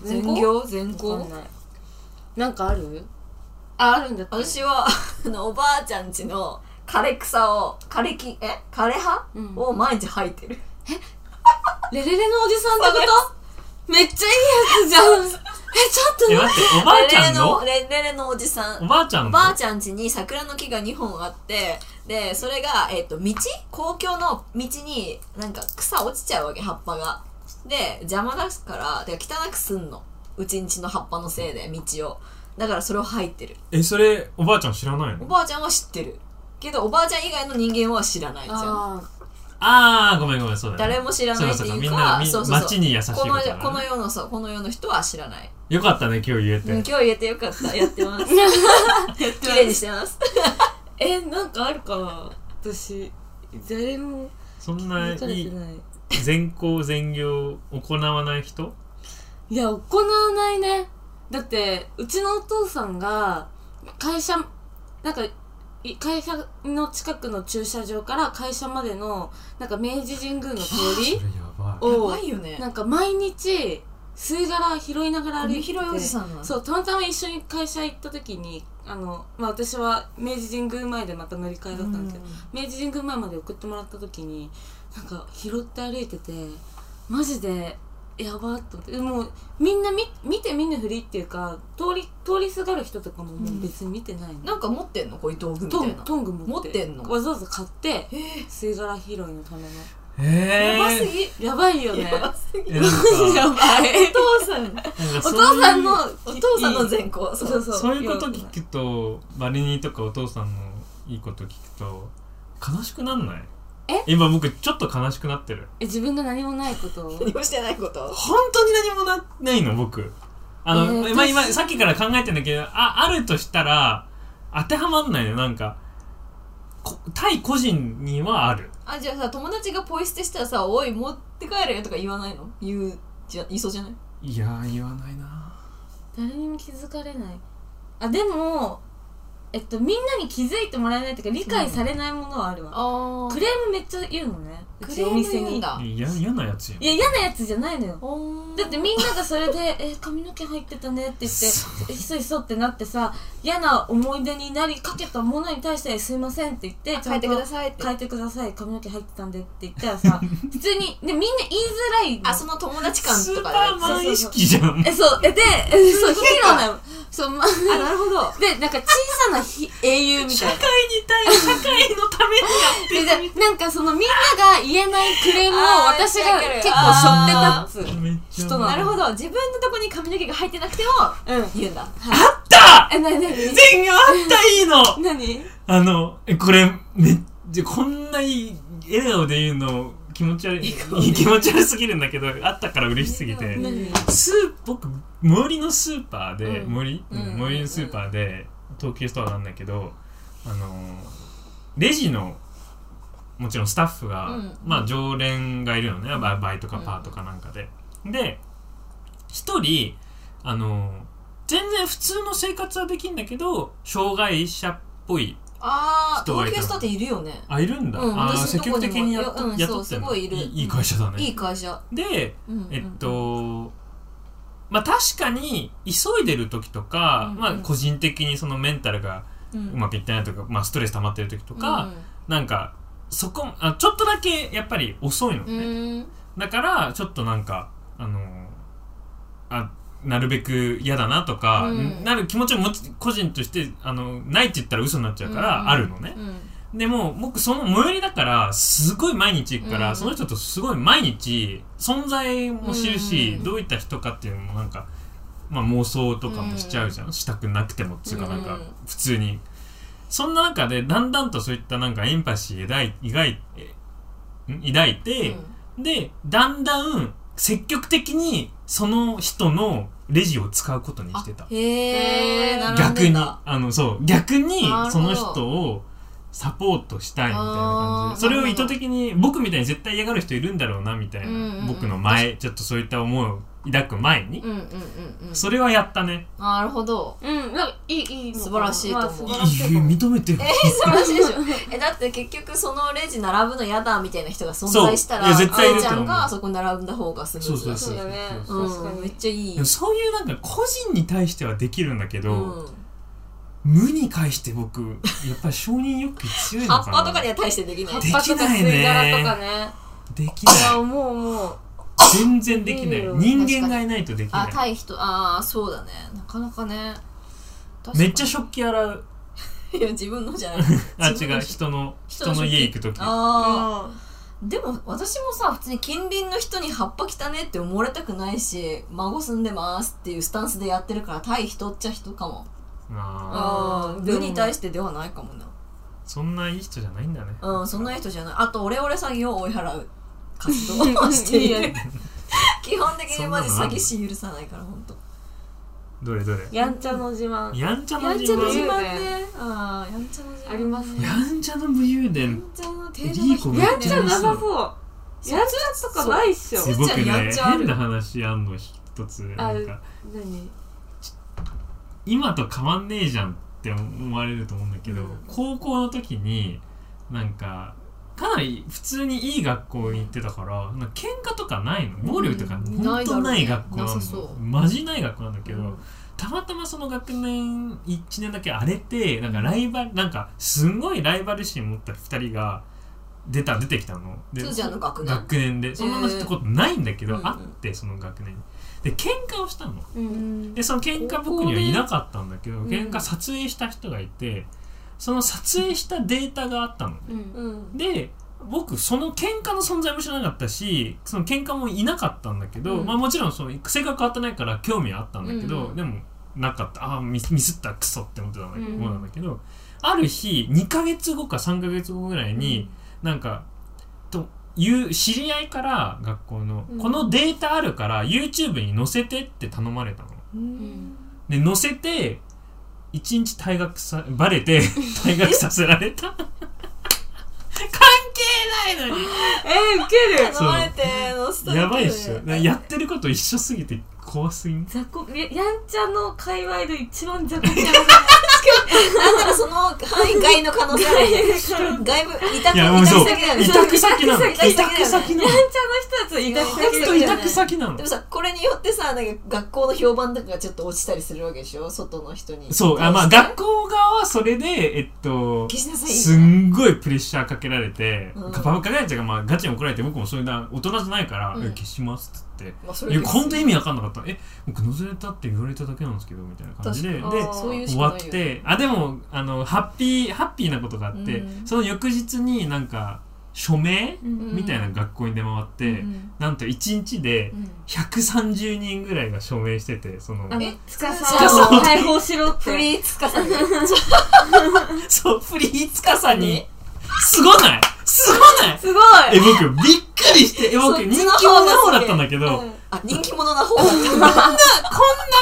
善行善わ行かんないなんかあるああるんだって私は あのおばあちゃんちの枯れ草を枯れ木え枯れ葉、うんを毎日吐い てるレレレのおじさんってことめっちゃいいやつじゃんえちょっとえ、な待って、おばあちゃんのレレレレのおじさおんばあちゃんおのばあちゃん家に桜の木が2本あってでそれが、えっと道公共の道になんか草落ちちゃうわけ葉っぱがで邪魔だからで汚くすんのうちんちの葉っぱのせいで道をだからそれを吐いてるえ、それ、おばあちゃん知らないおのばあちゃんは知ってるけどおばあちゃん以外の人間は知らないじゃんああー、ごめんごめん、そうだよね。誰も知らないってそうかそうかいみうんなかみんそうそうそう街に優しいこのことだねこの世のそうこの世の人は知らない、よかったね、今日言えうん、今て。日言えてよか ったやってます 綺麗にしてますえなんかあるかな私誰もそん気なづかれいていない全校全業行わない人いや行わないねだってうちのお父さんが会社なんかい会社の近くの駐車場から会社までのなんか明治神宮の通それやりばい。をやばいよねなんか毎日吸い殻拾いながら歩いて広いおじさんなのそうたまたま一緒に会社行った時にあの、まあ、私は明治神宮前でまた乗り換えだったんですけど、明治神宮前まで送ってもらった時になんか拾って歩いててマジでやばっと思ってでもみんな見見て見ぬふりっていうか通り通りすがる人とかももう別に見てないの、なんか持ってんのこういう道具みたトいンなトング持って持ってんのわざわざ買ってえ吸い殻拾いのためのえー、やばすぎ、やばいよねやばすぎえなんか やばいお父さんなんかおそういう父さんのお父さんの善行 そうそうそうそういうこと聞くとバリニーとかお父さんのいいこと聞くと悲しくなんないえ今僕ちょっと悲しくなってるえ自分が何もないこ とを何もしてないこと本当に何もなないの僕あの、えーまあ、どう今しさっきから考えてんだけどああるとしたら当てはまんないのなんかこ対個人にはあるあじゃあさ友達がポイ捨てしたらさ「おい持って帰れよ」とか言わないの言うじゃ言いそうじゃないいやー言わないな誰にも気づかれないあでもえっとみんなに気づいてもらえないっていうか理解されないものはあるわ、あクレームめっちゃ言うのねうクちレおーム店言うにんいやだいや嫌なやつやん嫌なやつじゃないのよだだってみんながそれで 「え髪の毛入ってたね」って言って「えひそひそ」ってなってさ嫌な思い出になりかけたものに対して「すいません」って言ってち変ゃえんとてくださいって変えてください髪の毛入ってたんでって言った らさ普通にでみんな言いづらいのあその友達感スとーパかーマン意識じゃんえそうえでえそうヒーローなのそうまあなるほど で、なんか小さなひ英雄みた いな。に対社会のためにで、でなんかそのみんなが言えないクレームをあー私がわかる結構背負ってたっつう。めっちゃ人ななるほど自分のとこに髪の毛が入ってなくてもうん。言うんだあったえ、なになに全員あったいいの なにあのえこれめっちゃこんないい笑顔で言うの気持ち悪い 気持ち悪すぎるんだけどあったから嬉しすぎてうん何スー僕森のスーパーで、うん森、うんうん森のスーパーで東急ストアなんだけどあのレジのもちろんスタッフが、うんまあ常連がいるのねババイトかパーとかなんかで、で一人あの全然普通の生活はできんだけど障害者っぽいああ人がい東京スたらターっているよねあいるんだ、うんあー私の積とこ極にも的にやっうん雇そうってすんのごいいるいい会社だね、いい会社でうんうんうんえっとまあ確かに急いでる時とうか、んうんまあ個人的にそのメンタルがううんまくいってないとか、まあストレス溜まってる時とか、うなんかそこあちょっとだけやっぱり遅いのね、んうんだからちょっとなんかあのーあなるべく嫌だなとか、うんなる気持ちを持ち個人としてあのないって言ったら嘘になっちゃうから、うんあるのねでも僕その最寄りだからすごい毎日行くから、うんその人とすごい毎日存在も知るし、うんどういった人かっていうのもなんか、まあ、妄想とかもしちゃうじゃん、したくなくてもっていうかなんうかん普通に、そんな中でだんだんとそういったなんかエンパシー抱い抱いえん抱いて、で、だんだん積極的にその人のレジを使うことにしてたあ。へえあ逆に、ああの、そう、逆になるほそのど人をサポートしたいみたいな感あーじで、それを意図的に僕みたいに絶対嫌がる人いるんだろうなみたいな、うんうんうん僕の前、ちょっとそういった思いを抱く前に、うんうんうんうんそれはやったね。なるほど うん、なんかいい、いいのかな。素晴らしいと思うまあ素うん晴いらしいとや思う。認めてるえ。ー、素晴らしいでしょえだって結局そのレジ並ぶの嫌だみたいな人が存在したらそういやあ絶対いるいとちゃ思うんがあそこに並んだ方がスムーズだしそうだね。そう確かうん、めっに。ちゃいい でもそういうなんか個人に対してはできるんだけうど、ん、無に返して僕、やっぱり承認欲求強いの葉っかな。ぱとかには対してできない葉っできぱとかない吸ねい殻とかね。できいないや、。もうもう。全然できないうん人間がいないとできあない対人ああそうだねなかなかねめっちゃゃ食器洗ういや自分のじゃないあ自分の違う人の人人のの食器家行く時あああでも私もさ普通に近隣の人に葉っぱ汚ねって思われたくないし孫住んでますっていうスタンスでやってるから対人っちゃ人かもああーうんでも無に対してではないかもなーそんないい人じゃないんだねうん、そんな人じゃない。あと、オレオレ詐欺を追い払う活動 をしていいいるね。基本的にマジそんなのあ詐る欺師許さないから、ほんと。どれどれやんちゃの自慢。やんちゃのやん自ちゃのの自自慢慢慢ね。ああ、やんちゃの自慢。ありますねやんちゃの武勇や伝んちゃの定いい子めっやんちちゃゃないるさ人そう。やんちゃとかないっしょそ。う僕ねやんちゃある変な話あんの一つなんか何今と変わんねえじゃんって思われると思うんだけど、うん高校の時になんかかなり普通にいい学校に行ってたからなんか喧嘩とかないの暴力とかうん本当ない学校なないだろうねなの、さそうマジない学校なんだけど、うんたまたまその学年1年だけ荒れてなんかライバルなんかすんごいライバル心持った2人が出た出てきたの。で通じゃの学年。学年でそんなのことないんだけど、えーあってその学年にで喧嘩をしたのうう。んんでその喧嘩僕にはいなかったんだけどこで喧嘩撮影した人がいてその撮影したデータがあったのうん。うん。で僕その喧嘩の存在も知らなかったしその喧嘩もいなかったんだけど、うんまあ、もちろんその性格変わってないから興味はあったんだけど、うんでもなかったああミスミスったクソって思ってたんだけど,、うんなんだけどある日2ヶ月後か3ヶ月後ぐらいに、なんかという知り合いから学校の、うんこのデータあるから YouTube に載せてって頼まれたの。うん。で載せて一日退学さバレて退学させられた関係ないのにえー、ウケる頼まれてのスタイル やばいっしょなやってること一緒すぎて怖すぎん雑魚ややんちゃの界隈で一番雑魚じゃなんならその範囲外の可能性ある。外部、委託いやもうそう委託先だよね委委託先なの託委先だよね託先なのやんちゃの人たちは委託本当先委だよ託ね先なのでもさ、これによってさ、なんか学校の評判とかがちょっと落ちたりするわけでしょ外の人に。そうあまあ対して学校側はそれでえっと消しなさいすんごいプレッシャーかけられて、うんかかけられてが、まあ、ガチに怒られて僕もそれな大人じゃないから、うんえ消しますっつってまあそいれや別本当に意味わかんなかったえ僕乗せたって言われただけなんですけどみたいな感じでで確かにあーそういうし終かわなっいよねてあでもあのハッピーハッピーなことがあって、うんその翌日になんか署名、うんみたいな学校に出回って、うんなんと1日でうん130人ぐらいが署名しててそのあのえつか司さを解放しろっフてリーつかさんねそうフリーつかさにすごないすご ないすごいえ僕びっくりしてえ僕そっ人ち気の方者のがすげえ方だったんだけど、うこんんあ人気者な方だっな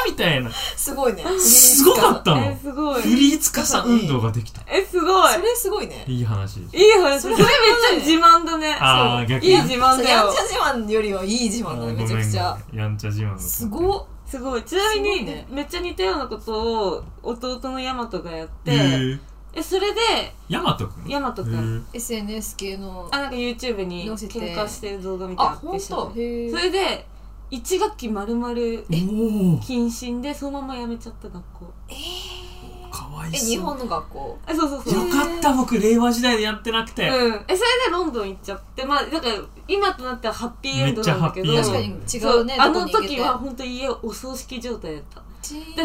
みたいなたすごい ねすごかったえのー、すごいフリーつかさ運動ができたえすごいそれすごいねいい話いい話それめっちゃ自慢だねあーそう逆にいい自慢そうだやんよちゃ自慢よりはいい自慢だねめちゃくちゃごめんごめんやんちゃ自慢だすごっすごいちなみすごに、いねめっちゃ似たようなことを弟のヤマトがやって、へーえそれでヤマト君ヤマトくへんー SNS 系のあなんか YouTube に載せて喧嘩してる動画みたいなあのアッ本プして当てへそえれで1学期丸々おお謹慎でそのまま辞めちゃった学校かわいえそう日本の学校あそうそうそうよかった僕令和時代でやってなくて、うん、えそれでロンドン行っちゃってまあだから今となってはハッピーエンドなんだけどめっちゃ確かハッピーエにンド違そううねあどこのに行けて時は本当に家お葬式状態だっただ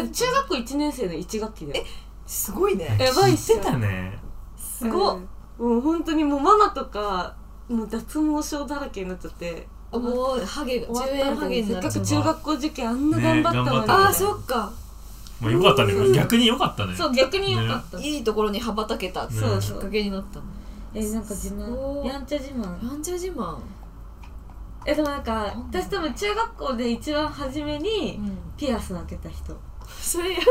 って中学校1年生の1学期ですごいねやばいっす知っよてたねすごっうんもう本当にもうママとかもう脱毛症だらけになっちゃってあもうハゲが終10わ円ったハのゲににせっなるかく中学校受験あんな頑張ったのに、ね頑張ったあーそっかまあよかったねうん逆によかったねそう逆によかった、いいところに羽ばたけたきっそうそうかけになったのえなんか自すご慢いやんちゃ自慢ランチャー自慢えでもなんか私多分中学校で一番初めにうんピアス開けた人それやっち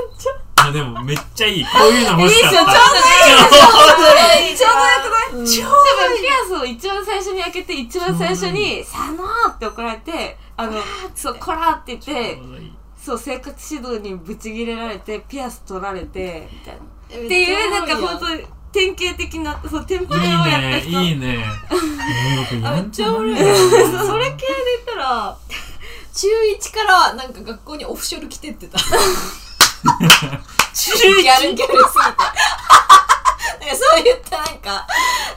あでもめっちゃいいこういうの欲しかったいいっしょちょうゃいいちょうどよくない多分ピアスを一番最初に開けて一番最初に「佐野!」って怒られて「あのそうこら!」って言ってそう生活指導にブチギレられてピアス取られてみたいなっっていうなんか本当に典型的なそうテンプレをやった人いいねいいねもう僕あやめんっちちゃゃお悪るいやんそれ系で言った ら中1からなんか学校にオフショル着てってた中1ギャルギャルすぎてなんかそういったなんか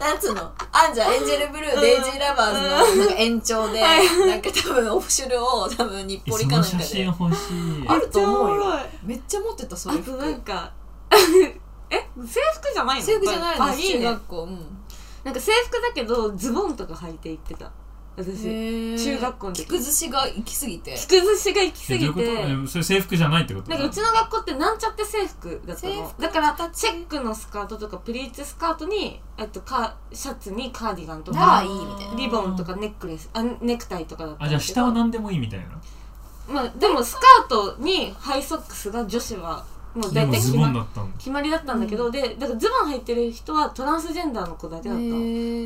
なんつうのあんじゃんエンジェルブルーデイジーラバーズのなんか延長でなんか多分オフショルを多分日暮里そかのなんか写真で欲しいあると思うめっちゃおもよろいめっちゃ持ってたそあれと服なんか え制服じゃないの制服じゃないのあいい中ね学校うんなんか制服だけどズボンとか履いて行ってた私中中学校の時着崩しが行き過ぎて着崩しが行きえすどういうぎことてえそれ制服じゃないってことなんかうちの学校ってなんちゃって制服だった制の服だからチェックのスカートとかプリーツスカートにえっとかシャツにカーディガンとああいかいみたいなリボンとかネックレスあネクタイとかだったあんじゃだあけ下どは何でもいいみたいなまあでもスカートにハイソックスが女子はもうで大も体ズ決ボンまだったんだ決まりだったんだけど、でだからズボン履いてる人はトランスジェンダーの子だけだったの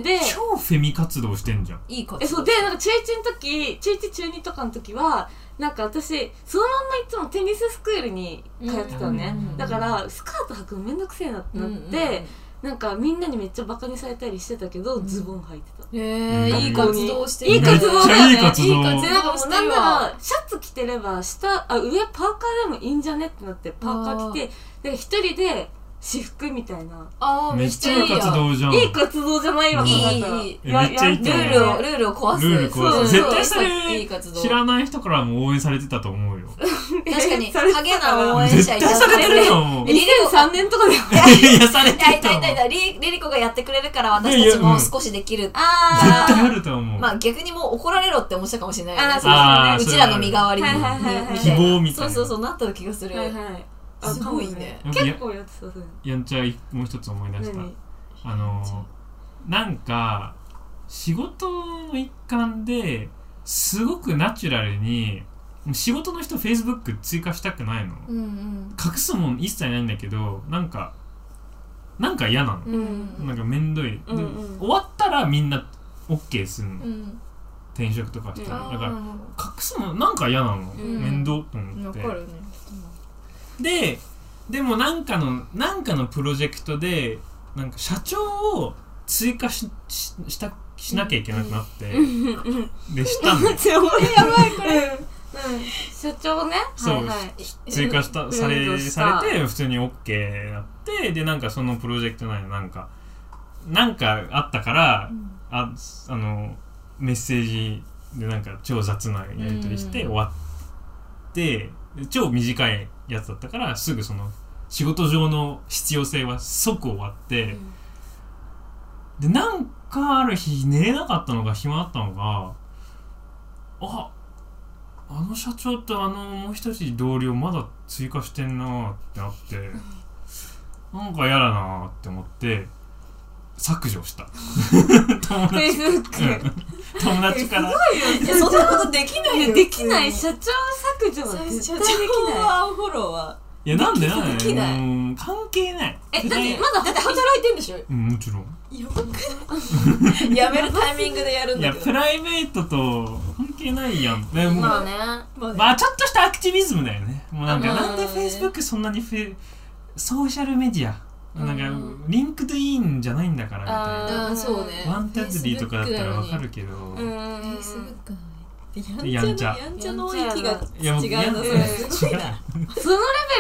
でで超フェミ活動してんじゃんいい子えそうでなんか中1の時中1中2とかの時はなんか私そのまんまいつもテニススクールに通ってたのね、うんだからスカート履くのめんどくせえなってなって、なんかみんなにめっちゃバカにされたりしてたけど、うんズボン履いてた。へえうんいい活動していい活動だよねめっちゃいい活動いい活動でなんかもうなんなわらシャツ着てれば下あ上パーカーでもいいんじゃねってなってパーカー着てで一人で私服みたいな、あーめっちゃいい活動じゃんいい活動じゃないわいいこいの方いいいえめっちゃいいとル思うールをルールを壊すルール壊すそう絶対そいい活れ動知らない人からも応援されてたと思うよ 確かにそれ影な応援絶者対いたされてるよもうえい2003年とかでもやされてやいるとた思いうたい絶たリリリコがやってくれるから私たちも少しできるあ対あると思うまあ逆にもう怒られろって思ってたかもしれないよねあーあーうちらの身代わりにはいはいはいはいみたいな希望みたいなそうそうそうなった気がすーるはいはいあすごいねかも結構やってたそれやんちゃいもう一つ思い出した何あのなんか仕事の一環ですごくナチュラルに仕事の人 Facebook 追加したくないのうんうん隠すもん一切ないんだけどなんかなんか嫌なの、うんうんなんかめんどい、うんうんで終わったらみんな OK するの、うん転職とかしたら、うだから隠あすのなんか嫌なの、ん面倒とー思っわて、かるねででもなんかのなんかのプロジェクトでなんか社長を追加しししたしなきゃいけなくなって、 でしたのよやばいこれ社長ねそうはいはい追加したさうんれしたされて普通に OK になってでなんかそのプロジェクト内のなんかなんかあったから、ああのメッセージでなんか超雑なやり取りしてう終んわって、で超短いやつだったからすぐその仕事上の必要性は即終わって、 でなんかある日寝れなかったのか暇だったのかああの社長とあのもう一人同僚まだ追加してんなーってなってなんか嫌だなーって思って削除 した友フェイ達スブック友達からいやそんなことできないよ できない普社長削除は通に絶社対長できないはフォローはいやなんでできなんでできないうん関係ないえだってでまだだって働いてんでしょうんもちろんやばくないやめるタイミングでやるんいだやけプどライベートと関係ないやんでもまあねまあねまあちょっとしたアクティビズムだよねもうなんかあまあなんでね Facebook そんなにフェソーシャルメディアなんかうんリンクドインじゃないんだからみたいあーそうねなワンタズリーとかだったらわかるけど、うんフェイスブックのややんんちちゃゃやんちゃの域がいやもう違うのそやれんすごいなそのレ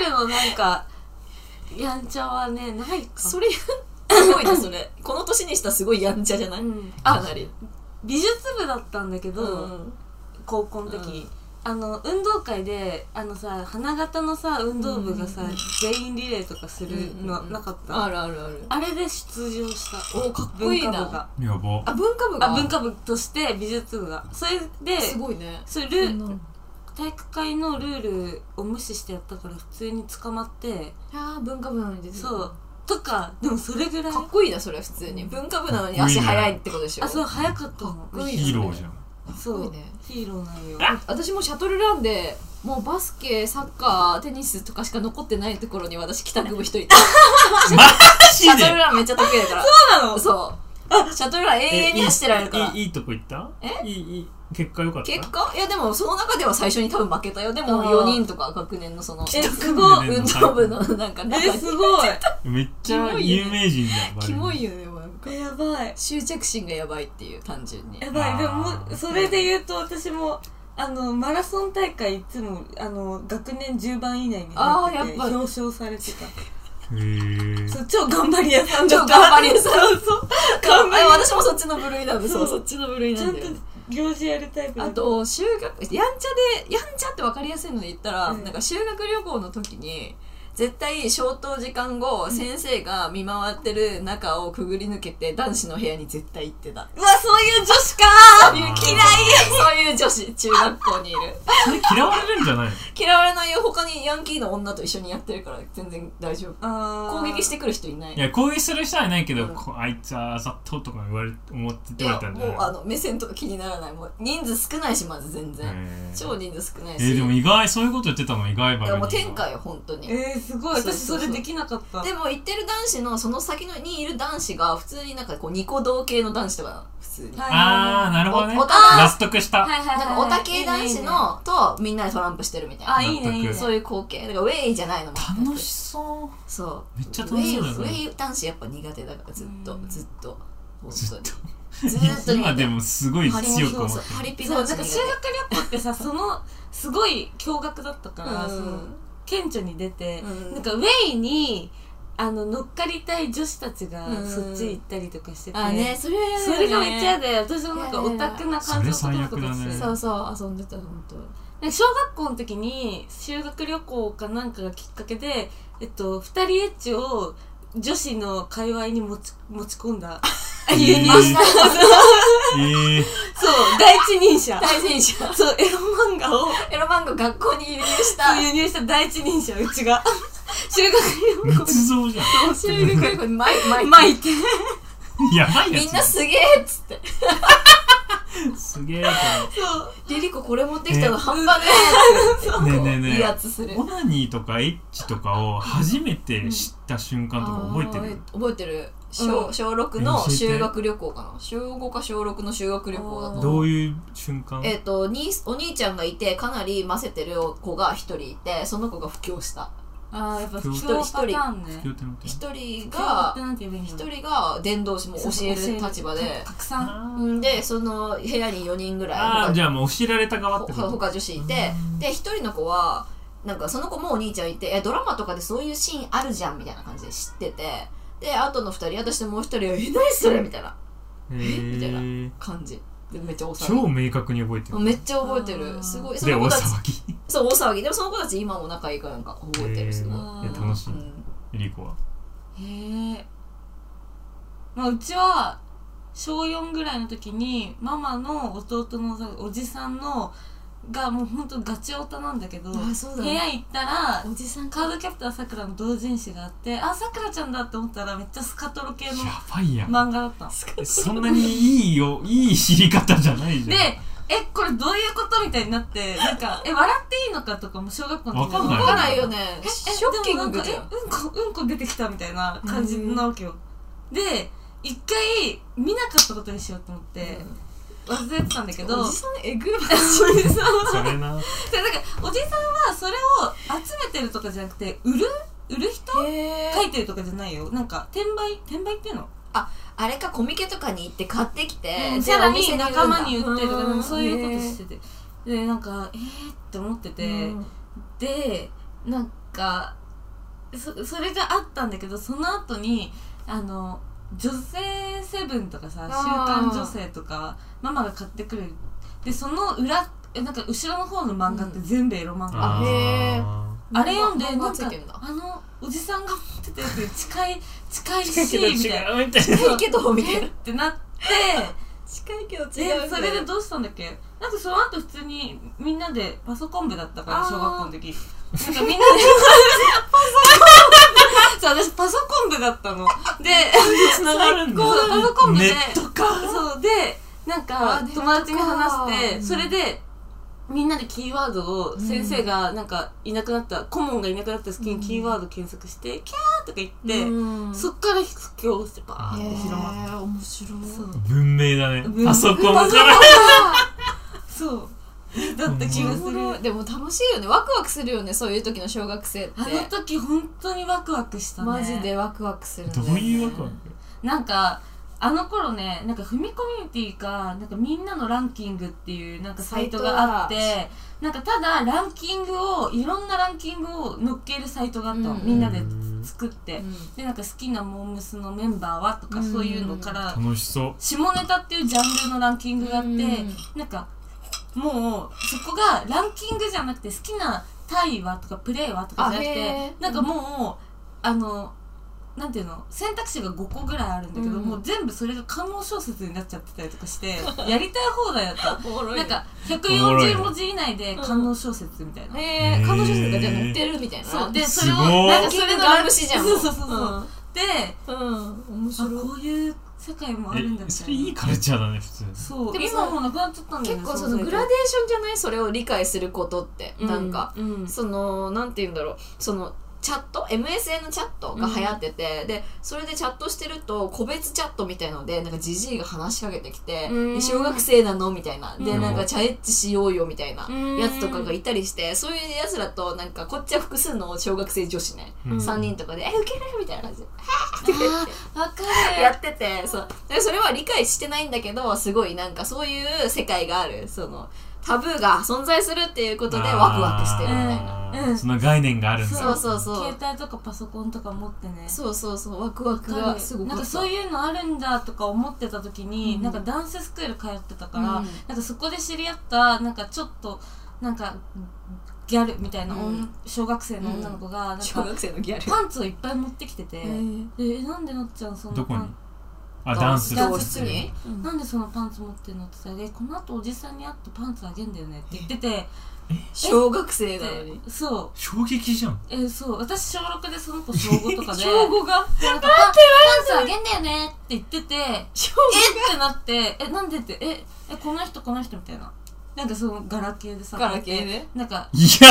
ベルのなんかやんちゃはねないかそれすごいなそれこの年にしたらすごいやんちゃじゃないうん、かあなり美術部だったんだけうど、ん高校の時、あの運動会であのさ花形のさ運動部がさ、うんうんうん全員リレーとかするの、なかった、あるあるあるあれで出場したおかっこいいな文化部がやばあ文化部があ文化部として美術部がそれですごいねそれルそんなの体育会のルールを無視してやったから普通に捕まってあー文化部なのに出てるそうとかでもそれぐらいかっこいいなそれは普通に文化部なのに足早いってことでしょあそう早かったのかっこいいヒーローじゃんそすうごいねヒーローなんよ私もシャトルランでもうバスケサッカーテニスとかしか残ってないところに私帰宅部一人でマシャジでトルランめっちゃ得意だからそうなのそうシャトルラン永え遠に走ってられるからいいいいいとこ行ったえいいいい結果良かった結果いやでもその中では最初に多分負けたよでもあー4人とか学年のそのえすごい運動部のなんか中えにすごいめっちゃ有名人じゃんキモいいよねもうなんかえやばい執着心がやばいっていう単純にやばいでもあーそれで言うと私もあのマラソン大会いつもあの学年10番以内に入っててあーやっぱ表彰されてへーたそう超頑張り屋さんだった超頑張り屋さんそうそうあ頑張り屋私もそっちの部類なんでそうそそうっちの部類ちなゃんんとで行事やるタイプだあったと修学やんちゃでやんちゃって分かりやすいので言ったら、うんなんか修学旅行の時に絶対消灯時間後、先生が見回ってる中をくぐり抜けて男子の部屋に絶対行ってたうわそういう女子かー嫌いよそういう女子中学校にいるそれ嫌われるんじゃないの 嫌われないよ他にヤンキーの女と一緒にやってるから全然大丈夫あー攻撃してくる人いないいや攻撃する人はいないけど、うんこあいつはあざととか言われ思ってい言わやれたんじもゃうないあの目線とか気にならないもう人数少ないしまず全然、へー超人数少ないえし、ーでも意外そういうこと言ってたの意外ばいやもう天下よ本当にえー、すごいそう私そうそうそれできなかったでも行ってる男子のその先のにいる男子が普通になんかこう二個同系の男子とかなの普通に、ああなるほどねおお互い納得した、はいはいなんはいかオタ系男子のとみんなでトランプしてるみたいな、いいねいいねあいいねいいね納そういう光景だからウェイじゃないのも楽しそそうめっちゃ楽しそうだねウェイウェイ男子やっぱ苦手だからずっとうんずっと本ず当にうずーっと苦手今でもすごいハリ強く思ってそうそうハリピそう男な子んか苦修手学旅行ってさそのすごい驚愕だったから、その顕著に出て、うんなんかウェイにあの乗っかりたい女子たちがうんそっち行ったりとかしてて、あねそれはそれがめっちゃ嫌だで私もなんかオタクな感じの男の子たちそれ最悪だねそうそう遊んでた本当で小学校の時に修学旅行かなんかがきっかけで、えっと、二人エッチを女子の界隈に持ち持ち込ん だえー家に、えーそう第一人者大戦者そうエロ漫画をエロ漫画学校に輸入した輸入した第一人者うち が修学旅行密造じゃん修学旅行に巻い巻いて巻いてやばいやつみんなすげえっつってすげえこそうリリコこれ持ってきたのね半端ねれねえねええね威え圧するオナニーとかエッチとかを初めて知った瞬間とか覚えてる、あー覚えてる小,、うん小6の教えて修学旅行かな小5か小6の修学旅行だとあー思うどういう瞬間えっ、とにお兄ちゃんがいてかなりませてる子が一人いてその子が布教したああやっぱ不不況況パターンね両手の手一人不況っがてなんて言えばいいんだろ一う人が伝道師もう教える立場で拡散あーうんでその部屋に4人ぐらいあー他じゃあもう教えられた側ってこほと他女子いてで一人の子はなんかその子もお兄ちゃんいてえドラマとかでそういうシーンあるじゃんみたいな感じで知っててであとの二人私ともう一人は「え何それ?」みたいなへみたいー感じでめっちゃ大騒超明確に覚えてぎるめっちゃ覚えてあるーすごいそでの大子たち騒ぎそう大騒ぎでもその子たち今も仲いいからなんか覚えてるすごい、えーいや楽しいうんリコはへえまあうちは小4ぐらいの時にママの弟のさおじさんのがもうほんとガチオタなんだけどあそうだ部ね屋行ったらおじさんカードキャプターさくらの同人誌があってあさくらちゃんだって思ったらめっちゃスカトロ系やのばいやん漫画だったのそんなにいいよいい知り方じゃないじでゃんえこれどういうことみたいになってなんかえ笑っていいのかとかも小学校の時わかん動ないかないよねええショッキでンもなんグかじえゃんうんこうんこ出てきたみたいな感じなわけよで一回見なかったことにしようと思って忘れてたんだけどおじさんえ ぐいおじさんはそれなでなんかおじさんはそれを集めてるとかじゃなくて売る売る人へ書いてるとかじゃないよなんか転売転売っていうのあれかコミケとかに行って買ってきて、うんでさらお店に売るんだ仲間に売ってとかなんかそういうことんしててでなんかえーって思ってて、うんでなんかそそれがあったんだけどその後にあの女性セブンとかさあ「ー週刊女性」とかママが買ってくるでその裏えなんか後ろの方の漫画って全部エロ漫画、あへえあれ読んで漫画なんついかてんだあのおじさんが持ってたやつ近い近い近いしけど違うみたいなっみたいな近いけどみたいなてなって近いけど違でうそれでどうしたんだっけなんかその後普通にみんなでパソコン部だったからあー小学校 の時なんかみんなでそう私パソコン部だったのでつながるんだこうパソコン部でネットかそうでなんあかネットか友達に話しうてんそれでみんなでキーワードを先生がなんかいなくなった、顧問がいなくなった時にキーワード検索して、キャーとか言って、うんそっから布教してバーって広まっへえ面白いた。そう文明だ文ね明パ ソコンからそう。だった気が面す白いる。でも楽しいよねワクワクするよねそういう時の小学生ってあの時本当にワクワクしたね。マジでワクワクするんだどよねういうわけなんか、あの頃ね、なんか、踏みコミュニティか、なんか、みんなのランキングっていう、なんか、サイトがあってサイ、なんか、ただ、ランキングを、いろんなランキングを乗っけるサイトがあったの。うんみんなで作ってう。んで、なんか、好きなモームスのメンバーはとか、うんそういうのから、楽しそう下ネタっていうジャンルのランキングがあって、うんなんかもうそこがランキングじゃなくて好きなタイはとかプレーはとかじゃなくあへてーなんかもう、あのなんていうの選択肢が5個ぐらいあるんだけど、うんもう全部それが官能小説になっちゃってたりとかして やりたい放題だったおもろいなねんかおもろい140ね文字以内で官能小説みたいな、へえへえ彼女とかじゃあ乗ってるみたいなそうでそすれごをーなんかそランキンれのグがあるしじゃんそうそうそうそう、うんでうん面あ白いこういう世界もあるんだみえたそれいないいカルチャーだね普通にそうでも今もうなくなっちゃったんだよね結構そのグラデーションじゃないそれを理解することって、なんか、うんそのなんて言うんだろうそのチャット MSN チャットが流行ってて、でそれでチャットしてると個別チャットみたいのでなんかじじいが話しかけてきて「うんで小学生なの?」みたいな「でうんなんかチャレッジしようよ」みたいなうんやつとかがいたりしてそういうやつらとなんかこっちは複数の小学生女子ね、うん3人とかで「えウケる!」みたいな感じであわかやるっててそうでそれは理解してないんだけどすごいなんかそういう世界があるそのタブーが存在するっていうことでワクワクしてるみたいな。あうーんその概念があるんだそうそうそう携帯とかパソコンとか持ってねそうそうそうワクワクわかがるすごなかんっかたそういうのあるんだとか思ってた時に、うんなんかダンススクール通ってたから、うんなんかそこで知り合ったなんかちょっとなんかギャルみたいな女、うん小学生の女の子がなん小か学生のギャルパンツをいっぱい持ってきてて、でえなんでなっちゃんそんなどこパにンあダダンンススダンス室にツなんでそのパンツ持ってんのって言ったらでこの後おじさんに会ってパンツあげんだよねって言ってて小学生なのにでそう衝撃じゃんえーそう私小6でその子小5と かで5がでなんかパンパンツあげんだよねって言っててえ小ってなってえなんでってええこの人この人みたいななんかそのガラケーでさガラケーでなんかや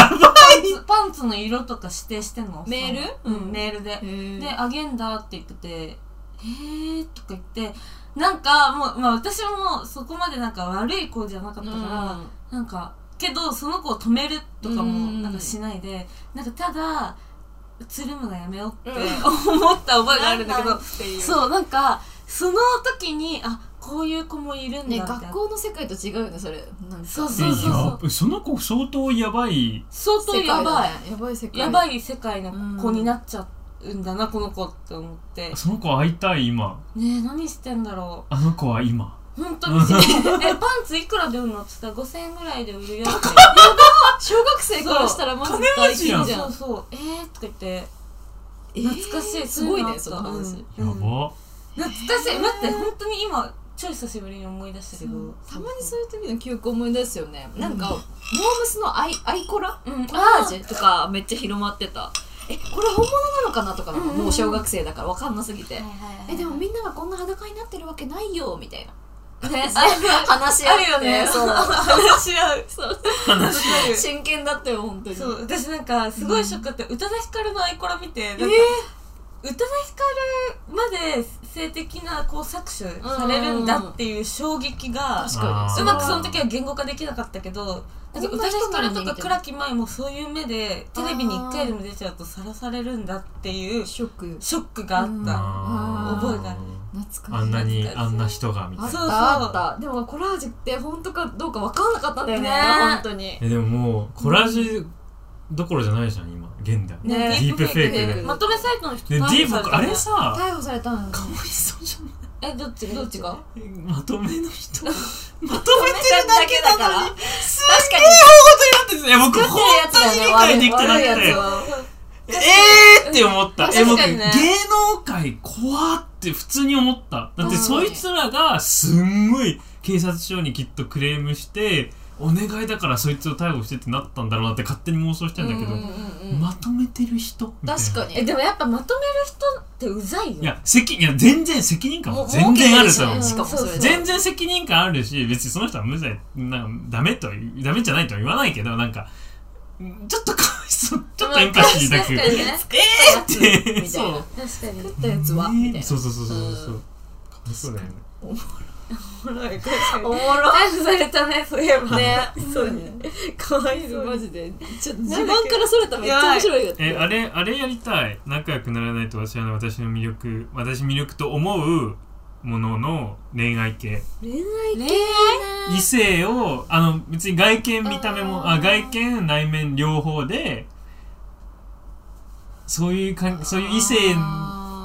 ばパンツパンツの色とか指定してんのメールそのうんメールででで「あげんだ」って言ってて「えー」とか言ってなんかもう、まあ、私もそこまでなんか悪い子じゃなかったから、なんかけどその子を止めるとかうもんなんかしないで、なんかただつるむのやめようってうん 思った覚えがあるんだけど、うそうなんかその時にあこういう子もいるんだみたねいな、学校の世界と違うよねそれなんかそうえそうそうやばその子相当やばい相当世界やばい、だねやばい世界やばい世界の子うんになっちゃうんだな、この子って思ってその子会いたい今ねえ何してんだろあの子は今う本当に えパンツいくらで売るのって言ったら5000円ぐらいで売るやつ小学生からしたらまず大そ金うじそゃうんそうえー、とか言ってえー懐かしい、すごいそううねあったその話うやんば懐かしい待って本当に今超久しぶりに思い出したけどたまにそういう時の記憶思い出すよねなんかモームスのアイアイコラうんコラあージュとかめっちゃ広まってたえこれ本物なのかなとかなんかうんうんうんもう小学生だから分かんなすぎて、ーえでもねみんながこんな裸になってるわけないよみたいなあ話し合あってるよね そう話し合うそう話 し真剣だったよ本当にそう私なんかすごいショックだって宇多田ヒカルのアイコラ見てなんえかー、宇多田ヒカルまで性的なこう搾取されるんだっていう衝撃が確かにあーうまくその時はは言語化できなかったけどなんかこん宇な多田人ヒカなルのにとか倉木舞もそういう目でテレビに1あー回でも出ちゃうとさらされるんだっていうシショックョックがあった、あー覚えがある懐かしあんいなにあんな人がみたあいったなそうそうあったでもコラージュって本当かどうか分からなかったんだよねね本当にえでももうコラージュどころじゃないじゃん今現代ねねディープフェイクでディープフェイまとめサイトの人でディ逮ー捕されプたあねれさ逮捕されたんだかわいそうじゃないえどっちどどっっちちががえまとめの人まとめてるだけだだかからら確かに本当になっていや僕作ってるやつ本当だによね理解できてな悪い悪いやつくはてえーって思った確え僕か芸にね能界怖って普通に思っただってそいつらがすんごい警察署にきっとクレームしてお願いだからそいつを逮捕してってなったんだろうなって勝手に妄想してんだけどうんうんうんまとめてる人みたいな確かえにでもやっぱまとめる人ってうざいよいや責いや全然責任感ももう全然ある儲とけて思るうししかもそれで全然責任感あるし別にその人は無罪なんかダメとはダメじゃないとは言わないけどなんかんちょっとかわいそうちょっとエンパシーだ確けかにねえってみたいな確かに食ったやつはみたいなそうそうそうそうそうかわいそうだよねおもろいおもろ逮捕されたねそういえばねそうねかわいそうマにジでちょっと自分からそれためっちゃ面白いよえあれあれやりたい仲良くならないと私は私の魅力私魅力と思うものの恋愛系恋愛恋異性をあの別に外見見た目もああー外見内面両方でそういうかんそういう異性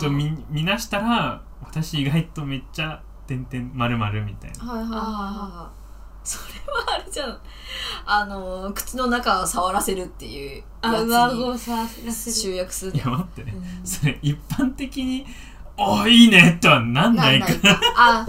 とみ見なしたら私意外とめっちゃ「てんてんまるまるみたいなはいはいはいはいそれはあれじゃんあの口の中を触らせるっていうあや上つ顎をにさらせる集約するいや待ってね、それ一般的に「おーいいね」とはなんないからか あ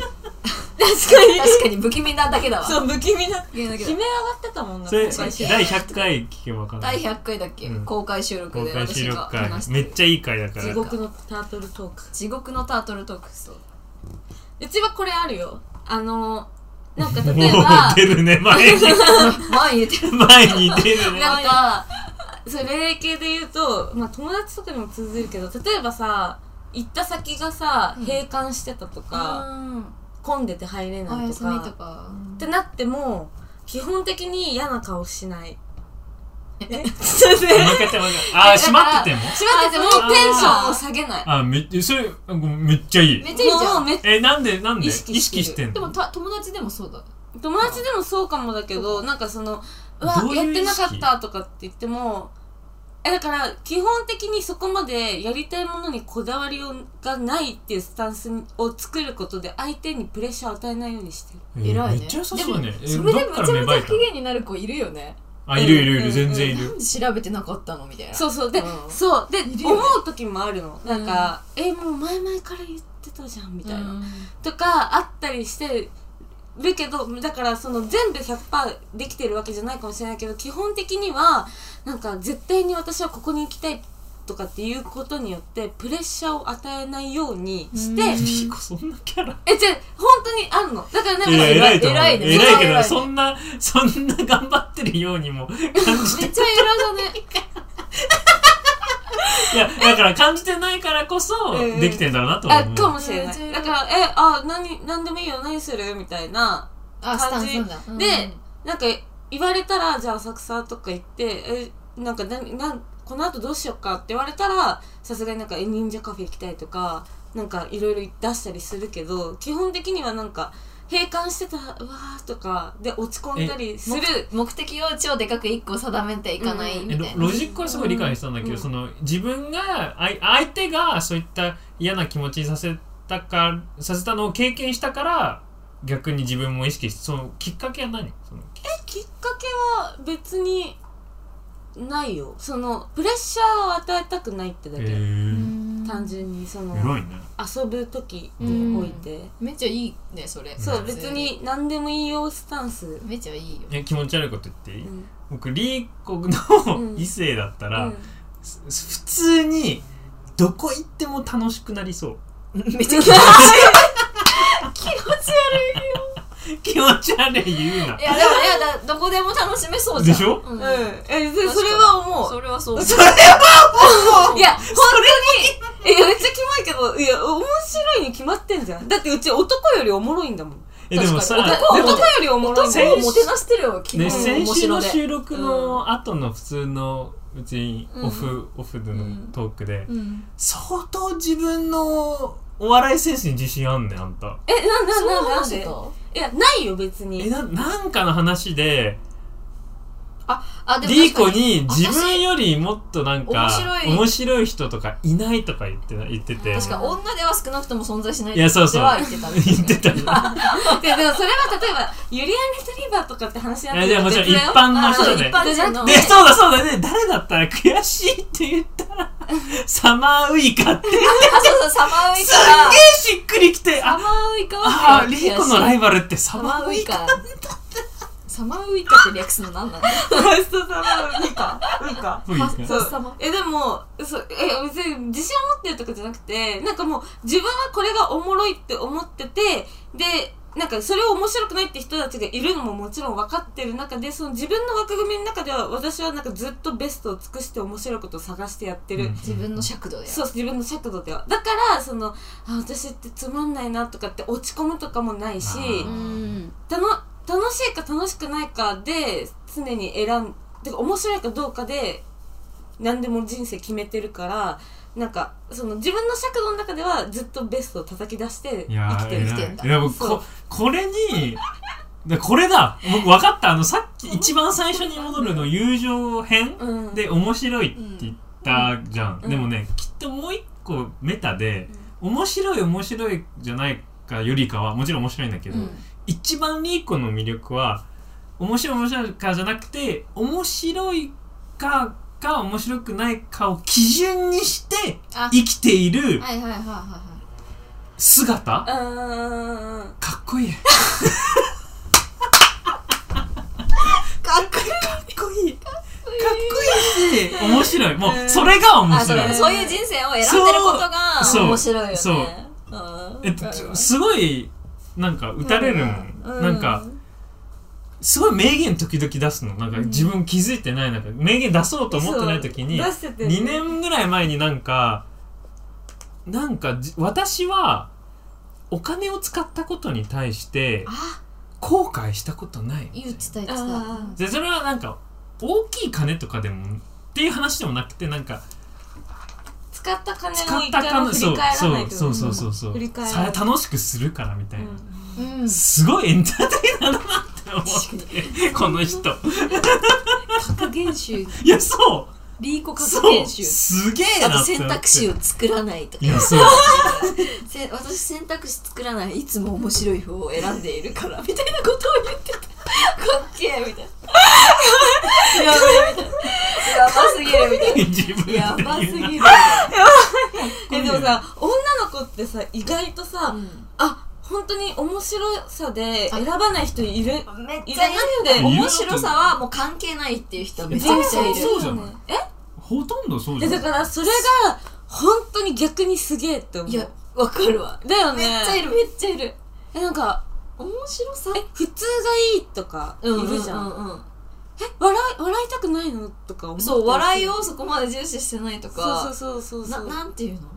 確かに確かに不気味なだけだわそう不気味な不気味だけ悲ど鳴上がってたもんなそ公れ開収録第100回聞けば分かんな第い100回だっけ、うん公開収録公で開私収が録回話してめっちゃゃいい回だか地ら獄のタートルトーク地獄のタートルトークスうちはこれあるよあのなんかも例えばう出るね 前に 前言って る前に出るねなんか、それ恋愛系で言うと、まあ友達とかにも通ずるけど、例えばさ、行った先がさ、うん閉館してたとか、あ混んでて入れおない休とみとか、かってなっても、基本的に嫌な顔しない。 えそうね。もう一回やってもう一回あー閉まってても閉まっててもあーテンションを下げない。あめそれなんかめっちゃいいめっちゃいいじゃもうんめっえなんでなんで意意識して識るしてんでものた友達でもそうだ友達でもそうかもだけど、なんかその、うわどうやいっう意て識なかったとかって言っても、え、だから、基本的にそこまでやりたいものにこだわりをがないっていうスタンスを作ることで、相手にプレッシャーを与えないようにしてる。え偉いねめっちゃ良さそうねえそれでどっめかちらゃめ芽ち生ゃえ不た機嫌になる子いるよねあいるいるいる全然いなるんで調べてなかったのみたいなそうそう。で、うんそう。で、いるよ思ねう時もあるの。なんか、え、もう前々から言ってたじゃん、みみたいたいな。な、とか、あったりしてるけど、だからその全部100%できてるわけじゃないかもしれないけど、基本的には、なんか絶対に私はここに行きたいとかっていうことによって、プレッシャーを与えないようにして、うんミヒコそんなキャラえ、じゃ本当にあるの。だからなんか、いや偉いと思う偉いね偉いけ偉いねどそんなそんな頑張ってるようにも感じめてっちゃ偉いだねいやだから感じてないからこそうんできてんだろうなとはあ、思うかもしれなうんい。だから、え、あ、何、何でもいいよ、何するみたいな。あスタンスなんだでなんか言われたらじゃあ浅草とか行ってえなんかななんこの後どうしようかって言われたらさすがになんかえ忍者カフェ行きたいとかなんかいろいろ出したりするけど基本的にはなんか閉館してたうわーとかで落ち込んだりする目的を超でかく一個定めていかないうんみえたいな、ロロジックはすごい理解したんだけど、うんその自分があい相手がそういった嫌な気持ちにさせたかさせたのを経験したから逆に自分も意識してそのきっかけは何そのきっかけは別にないよそのプレッシャーを与えたくないってだけ、え単純にその偉いね遊ぶ時において、めっちゃいいねそれそう別に何でもいいよスタンス、めっちゃいいよえ気持ち悪いこと言っていい、うん僕リーコうのん異性だったうら、んす普通にどこ行っても楽しくなりそう めっちゃ気持ち悪気持ち悪いやい言うないでもねだどこでも楽しめそうじゃんでしょうんうん、えでそれは思うそれはそう それは思ういや本え、いやめっちゃキモいけど、いや、面白いに決まってんじゃん。だってうち男よりおもろいんだもん。えでもさ確かにで男もよりおもろいんだ男もをん。もてなしてるよ、基ね、本先面週白ので。収録の後の普通のうちうんオフ、オフでうのんトークで、うん相当自分のお笑いセンスに自信あんねんあんたえ、なんそなんんななんなん話でしてたいや、ないよ、別えに。ななんかの話であ、でもリー確コかにに自分よりもっとなんか私面白い面白い人とかいないとか言ってな言ってて確か女では少なくとも存在しないっいやそうてそうは言ってたね。言って たねいや、でもそれは例えば、ユリアン・レトリーバーとかって話だったらいやでもちろん別 だよ一般のあ人そうで一般人のでそうだそうだね誰だったら悔しいって言った らサマーウイカってあ、そうそう、サマーウイすカんがげえしっくりきてサあマーウイカはあーリーコのライバルってササママーーウウイイカカ。サマーウイカって略すの何なのファーストサマーウイカウイカウイカそファーストサマうえでもそうえ別に自信を持ってるとかじゃなくてなんかもう自分はこれがおもろいって思っててでなんかそれを面白くないって人たちがいるのももちろん分かってる中でその自分の枠組みの中では私はなんかずっとベストを尽くして面白いことを探してやってる、うん自分の尺度で。そう自分の尺度ではだからそのあ私ってつまんないなとかって落ち込むとかもないしあうーん。たの楽しいか楽しくないかで常に選んてか面白いかどうかで何でも人生決めてるからなんかその自分の尺度の中ではずっとベストを叩き出していや生きーてるき偉ていんだいやもうそこうこれにでこれだ僕分かったあのさっき一番最初に戻るの友情編うんで面白いって言ったじゃん、うんでもねきっともう一個メタで、面白い面白いじゃないかよりかはもちろん面白いんだけど、うん一番リーコの魅力は面白い面白いかじゃなくて面白いかか面白くないかを基準にしてあ生きているはいはいはいはいはい。姿うんうんかっこいいかっこいい。かっこいいかっこいいし面白いもうそれが面あ、そう白だいねそういう人生を選んでることそうが面白いよね。そううんえっとちょすごいなんか打たれるもん、うなんかすごい名言時々出すのなんか自分気づいてないなんか名言出そうと思ってない時にそう出せてる2年ぐらい前になんかなんかじ私はお金を使ったことに対してあ、後悔したことない言ってた言ってた。あでそれはなんか大きい金とかでもっていう話でもなくてなんか使った金使をっ一た回も金振そりう返らそないうそうそうそうそう振り返らさない楽しくするからみたいな、うん。すごいエンターテイナーだなって思ってこの人格言集、いやそうリーコ格そ言う集。すげえあなとって思選って択肢を作らないとかい。やそうせ私選択肢作らないいつも面白い方を選んでいるからみたいなことを言ってたかっけえみたいなやべえみたいなやばすぎるみたい自分でなやばすぎるみ言うたいなえでもさ女の子ってさ意外とさ、あ本当に面白さで選ばない人いるめっいちゃいるんでいる面白さはもう関係ないっていう人はめちゃ人めちゃい生るそうじゃないえほとんどそうじでゃだんからそれが本当に逆にすげえって思ういやわかるわだよめねっちゃいるめっちゃいるえなんか面白さえ普通がいいとかいうんうんるじゃん,、うんうんえ笑い笑いたくないのとか思ったりするそう笑いをそこまで重視してないとかそうそうそうそうなそうなんていうの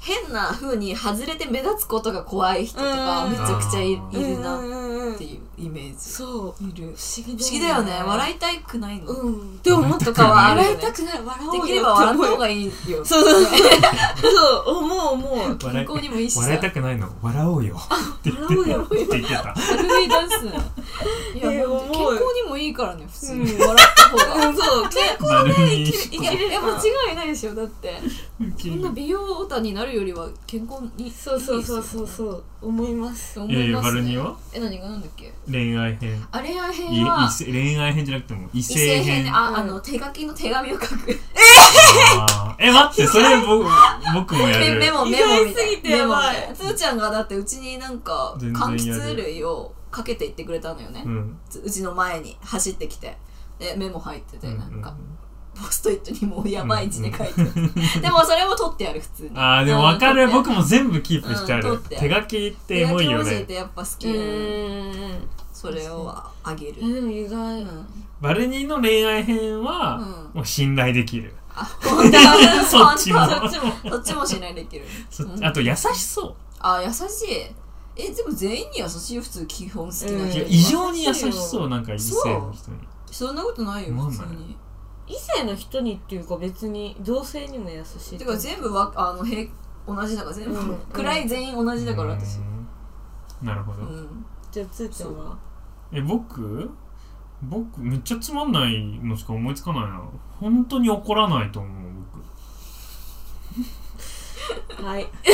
変な風に外れて目立つことが怖い人とかうんめちゃくちゃいいうんるなうっんうんうんていうイメージそういる不思議だよね不思議だよね笑いたくないの、うんでももっとかかはあるよ笑ねいたくない笑おうでよきれば笑った方いがいいよそうそうそうそう思う思う健康にもいいしさ笑いたくないの笑おうよって言って笑おうよって言ってた悪食いダンスいやいやほんと思う健康にもいいからね普通にうん笑った方が、うん そう丸にいやいや間違いないでしょだってそんな美容オタになるよりは健康にそうそうそうそうそう思います思いやいいやます丸ねにはえ何がなんだっけ恋愛編あれや編いえは異性恋愛編じゃなくても異異性性編編あ、うんあの手書きの手紙を書くあーえ待ってそれ僕 僕もやメるメモ意メモ外みたすぎいてなメやモみばたいいなつーちゃんがだってうちになんか全然や柑る橘類をかけていってくれたのよね、ううんちの前に走ってきてでメモ入っててうんなんか、ポストイットにもうやばい字で書いてある、 でもそれを取ってやる普通にあーでも分かうるん僕も全部キープしてあうんる取って手書きってエ手書モいきよ文字っねてやっぱ好きうよねんそれをあげる、えでも意外うんバルニーの恋愛編うはんもう信頼できるあ本当 そっちも本当そっちもそっちもしないできるそうんあと優しそあ優しいえでも全員に優しいよ普通基本好きな人ういにやは異常に優しそうなんか異性の人にそんなことないよまあ普まあ通に異性の人にっていうか別に同性にも優しいてか全部わあの平同じだから全部うん位全員同じだから私うんなるほうど、んじゃあつーちゃんはえ僕僕めっちゃつまんないのしか思いつかないな本当に怒らないと思う僕はい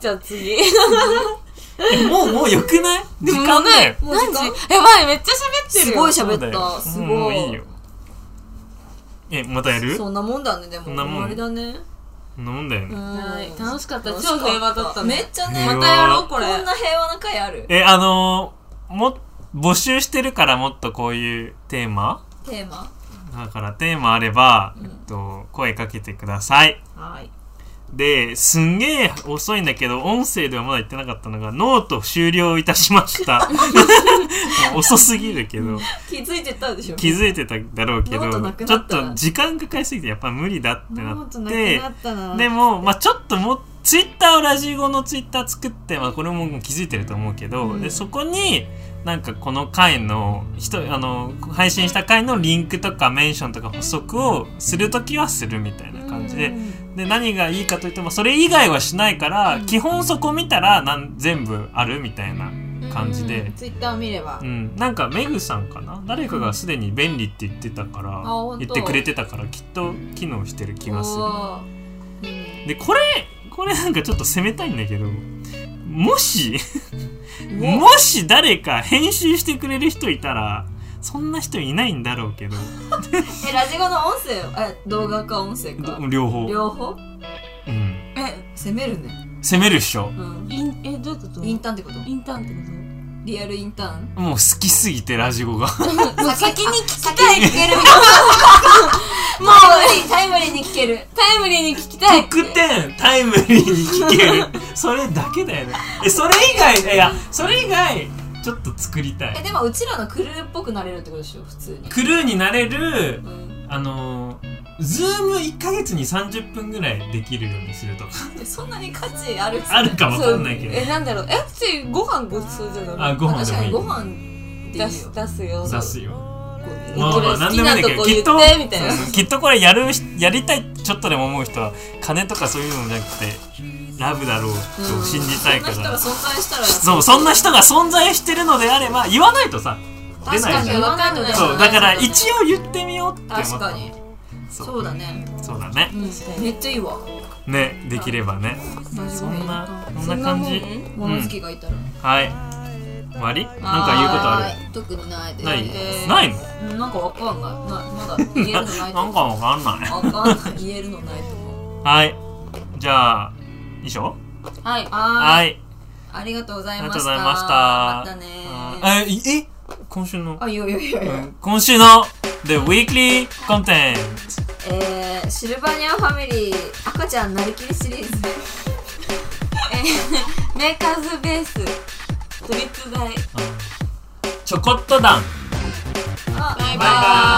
じゃあ次えもうもうよく ない時間だよもう時何時間やばいめっちゃ喋ってするごいよ喋そうだっよたすもごういいいよえまたやるそそんなもんだねでもそんなもんあれだねんなもんだようねんはい楽しかった楽しか超平和だったねめっちゃ平ね和またやろうここれんな平和な回あるえあのー、も募集してるからもっとこういうテーマテーマだからテーマあれば、うんえっと、声かけてくださいはいですんげえ遅いんだけど音声ではまだ言ってなかったのがノート終了いたしました もう遅すぎるけど気づいてたでしょ気づいてただろうけどノートなくちなょっったなと時間かかりすぎてやっぱ無理だってなってったなでも、まあ、ちょっともツイッターをラジゴのツイッター作って、まあ、これももう気づいてると思うけど、うんでそこになんかこの回の人あの配信した回のリンクとかメンションとか補足をする時はするみたいな感じでで何がいいかといってもそれ以外はしないから、基本そこ見たらなん全部あるみたいな感じで、ツイッター見ればうん、なんかメグさんかな誰かがすでに便利って言ってたから、本当言ってくれてたからきっと機能してる気がする。おーでこれこれなんかちょっと攻めたいんだけどもしもし誰か編集してくれる人いたらそんな人いないんだろうけどえラジゴの音声え動画か音声かど両方、両方うん、え攻めるね攻めるっしょうんインえどういうことインターンってことインターンってこリアルインターンもう好きすぎてラジゴがと先に聞きたい聞けるもうタイムリータイムリーに聞けるタイムリーに聞きたい得点タイムリーに聞けるそれだけだよねえそれ以外いやそれ以外ちょっと作りた えいでもうちらのクルーっぽくなれるってことでしょ普通にクルーになれるうんあのズーム1ヶ月に30分ぐらいできるようにするとかえそんなに価値あるあるかわかんないけどえなんだろうえ普通にご飯ごちそうじゃないあご飯確でかもいにいご飯でいいよ出す出すよ出すよこまあれまあ好何きでもいないんだとけこど言きってっとみたいなそうそうきっとこれやるやりたいちょっとでも思う人は金とかそういうのじゃなくてラブだろうと信じたいかそんなら人が存在したらそうそんな人が存在してるのであれば言わないとさ出確なかにいじゃん分かんないそうだからそうだね一応言ってみようって思った確かにそそううだねそうだねうん確かにめっちゃいいわねできればねそんなこんな感じ物好きがいたらなんはい終わりなんか言うことあるる特にないですないえーないのうんなんかわかんな いなまだ言えるのないとなんか思うわかんないわかんない言えるのないと思うはいじゃあ以上はいははいいありがとうございましたありがとうございましたまたねあいえ今週のあいやいやいやいや今週の The Weekly Content えー、シルバニアファミリー赤ちゃんなりきりシリーズえーメーカーズベース都立大ちょこっと団あバイバイバイバイ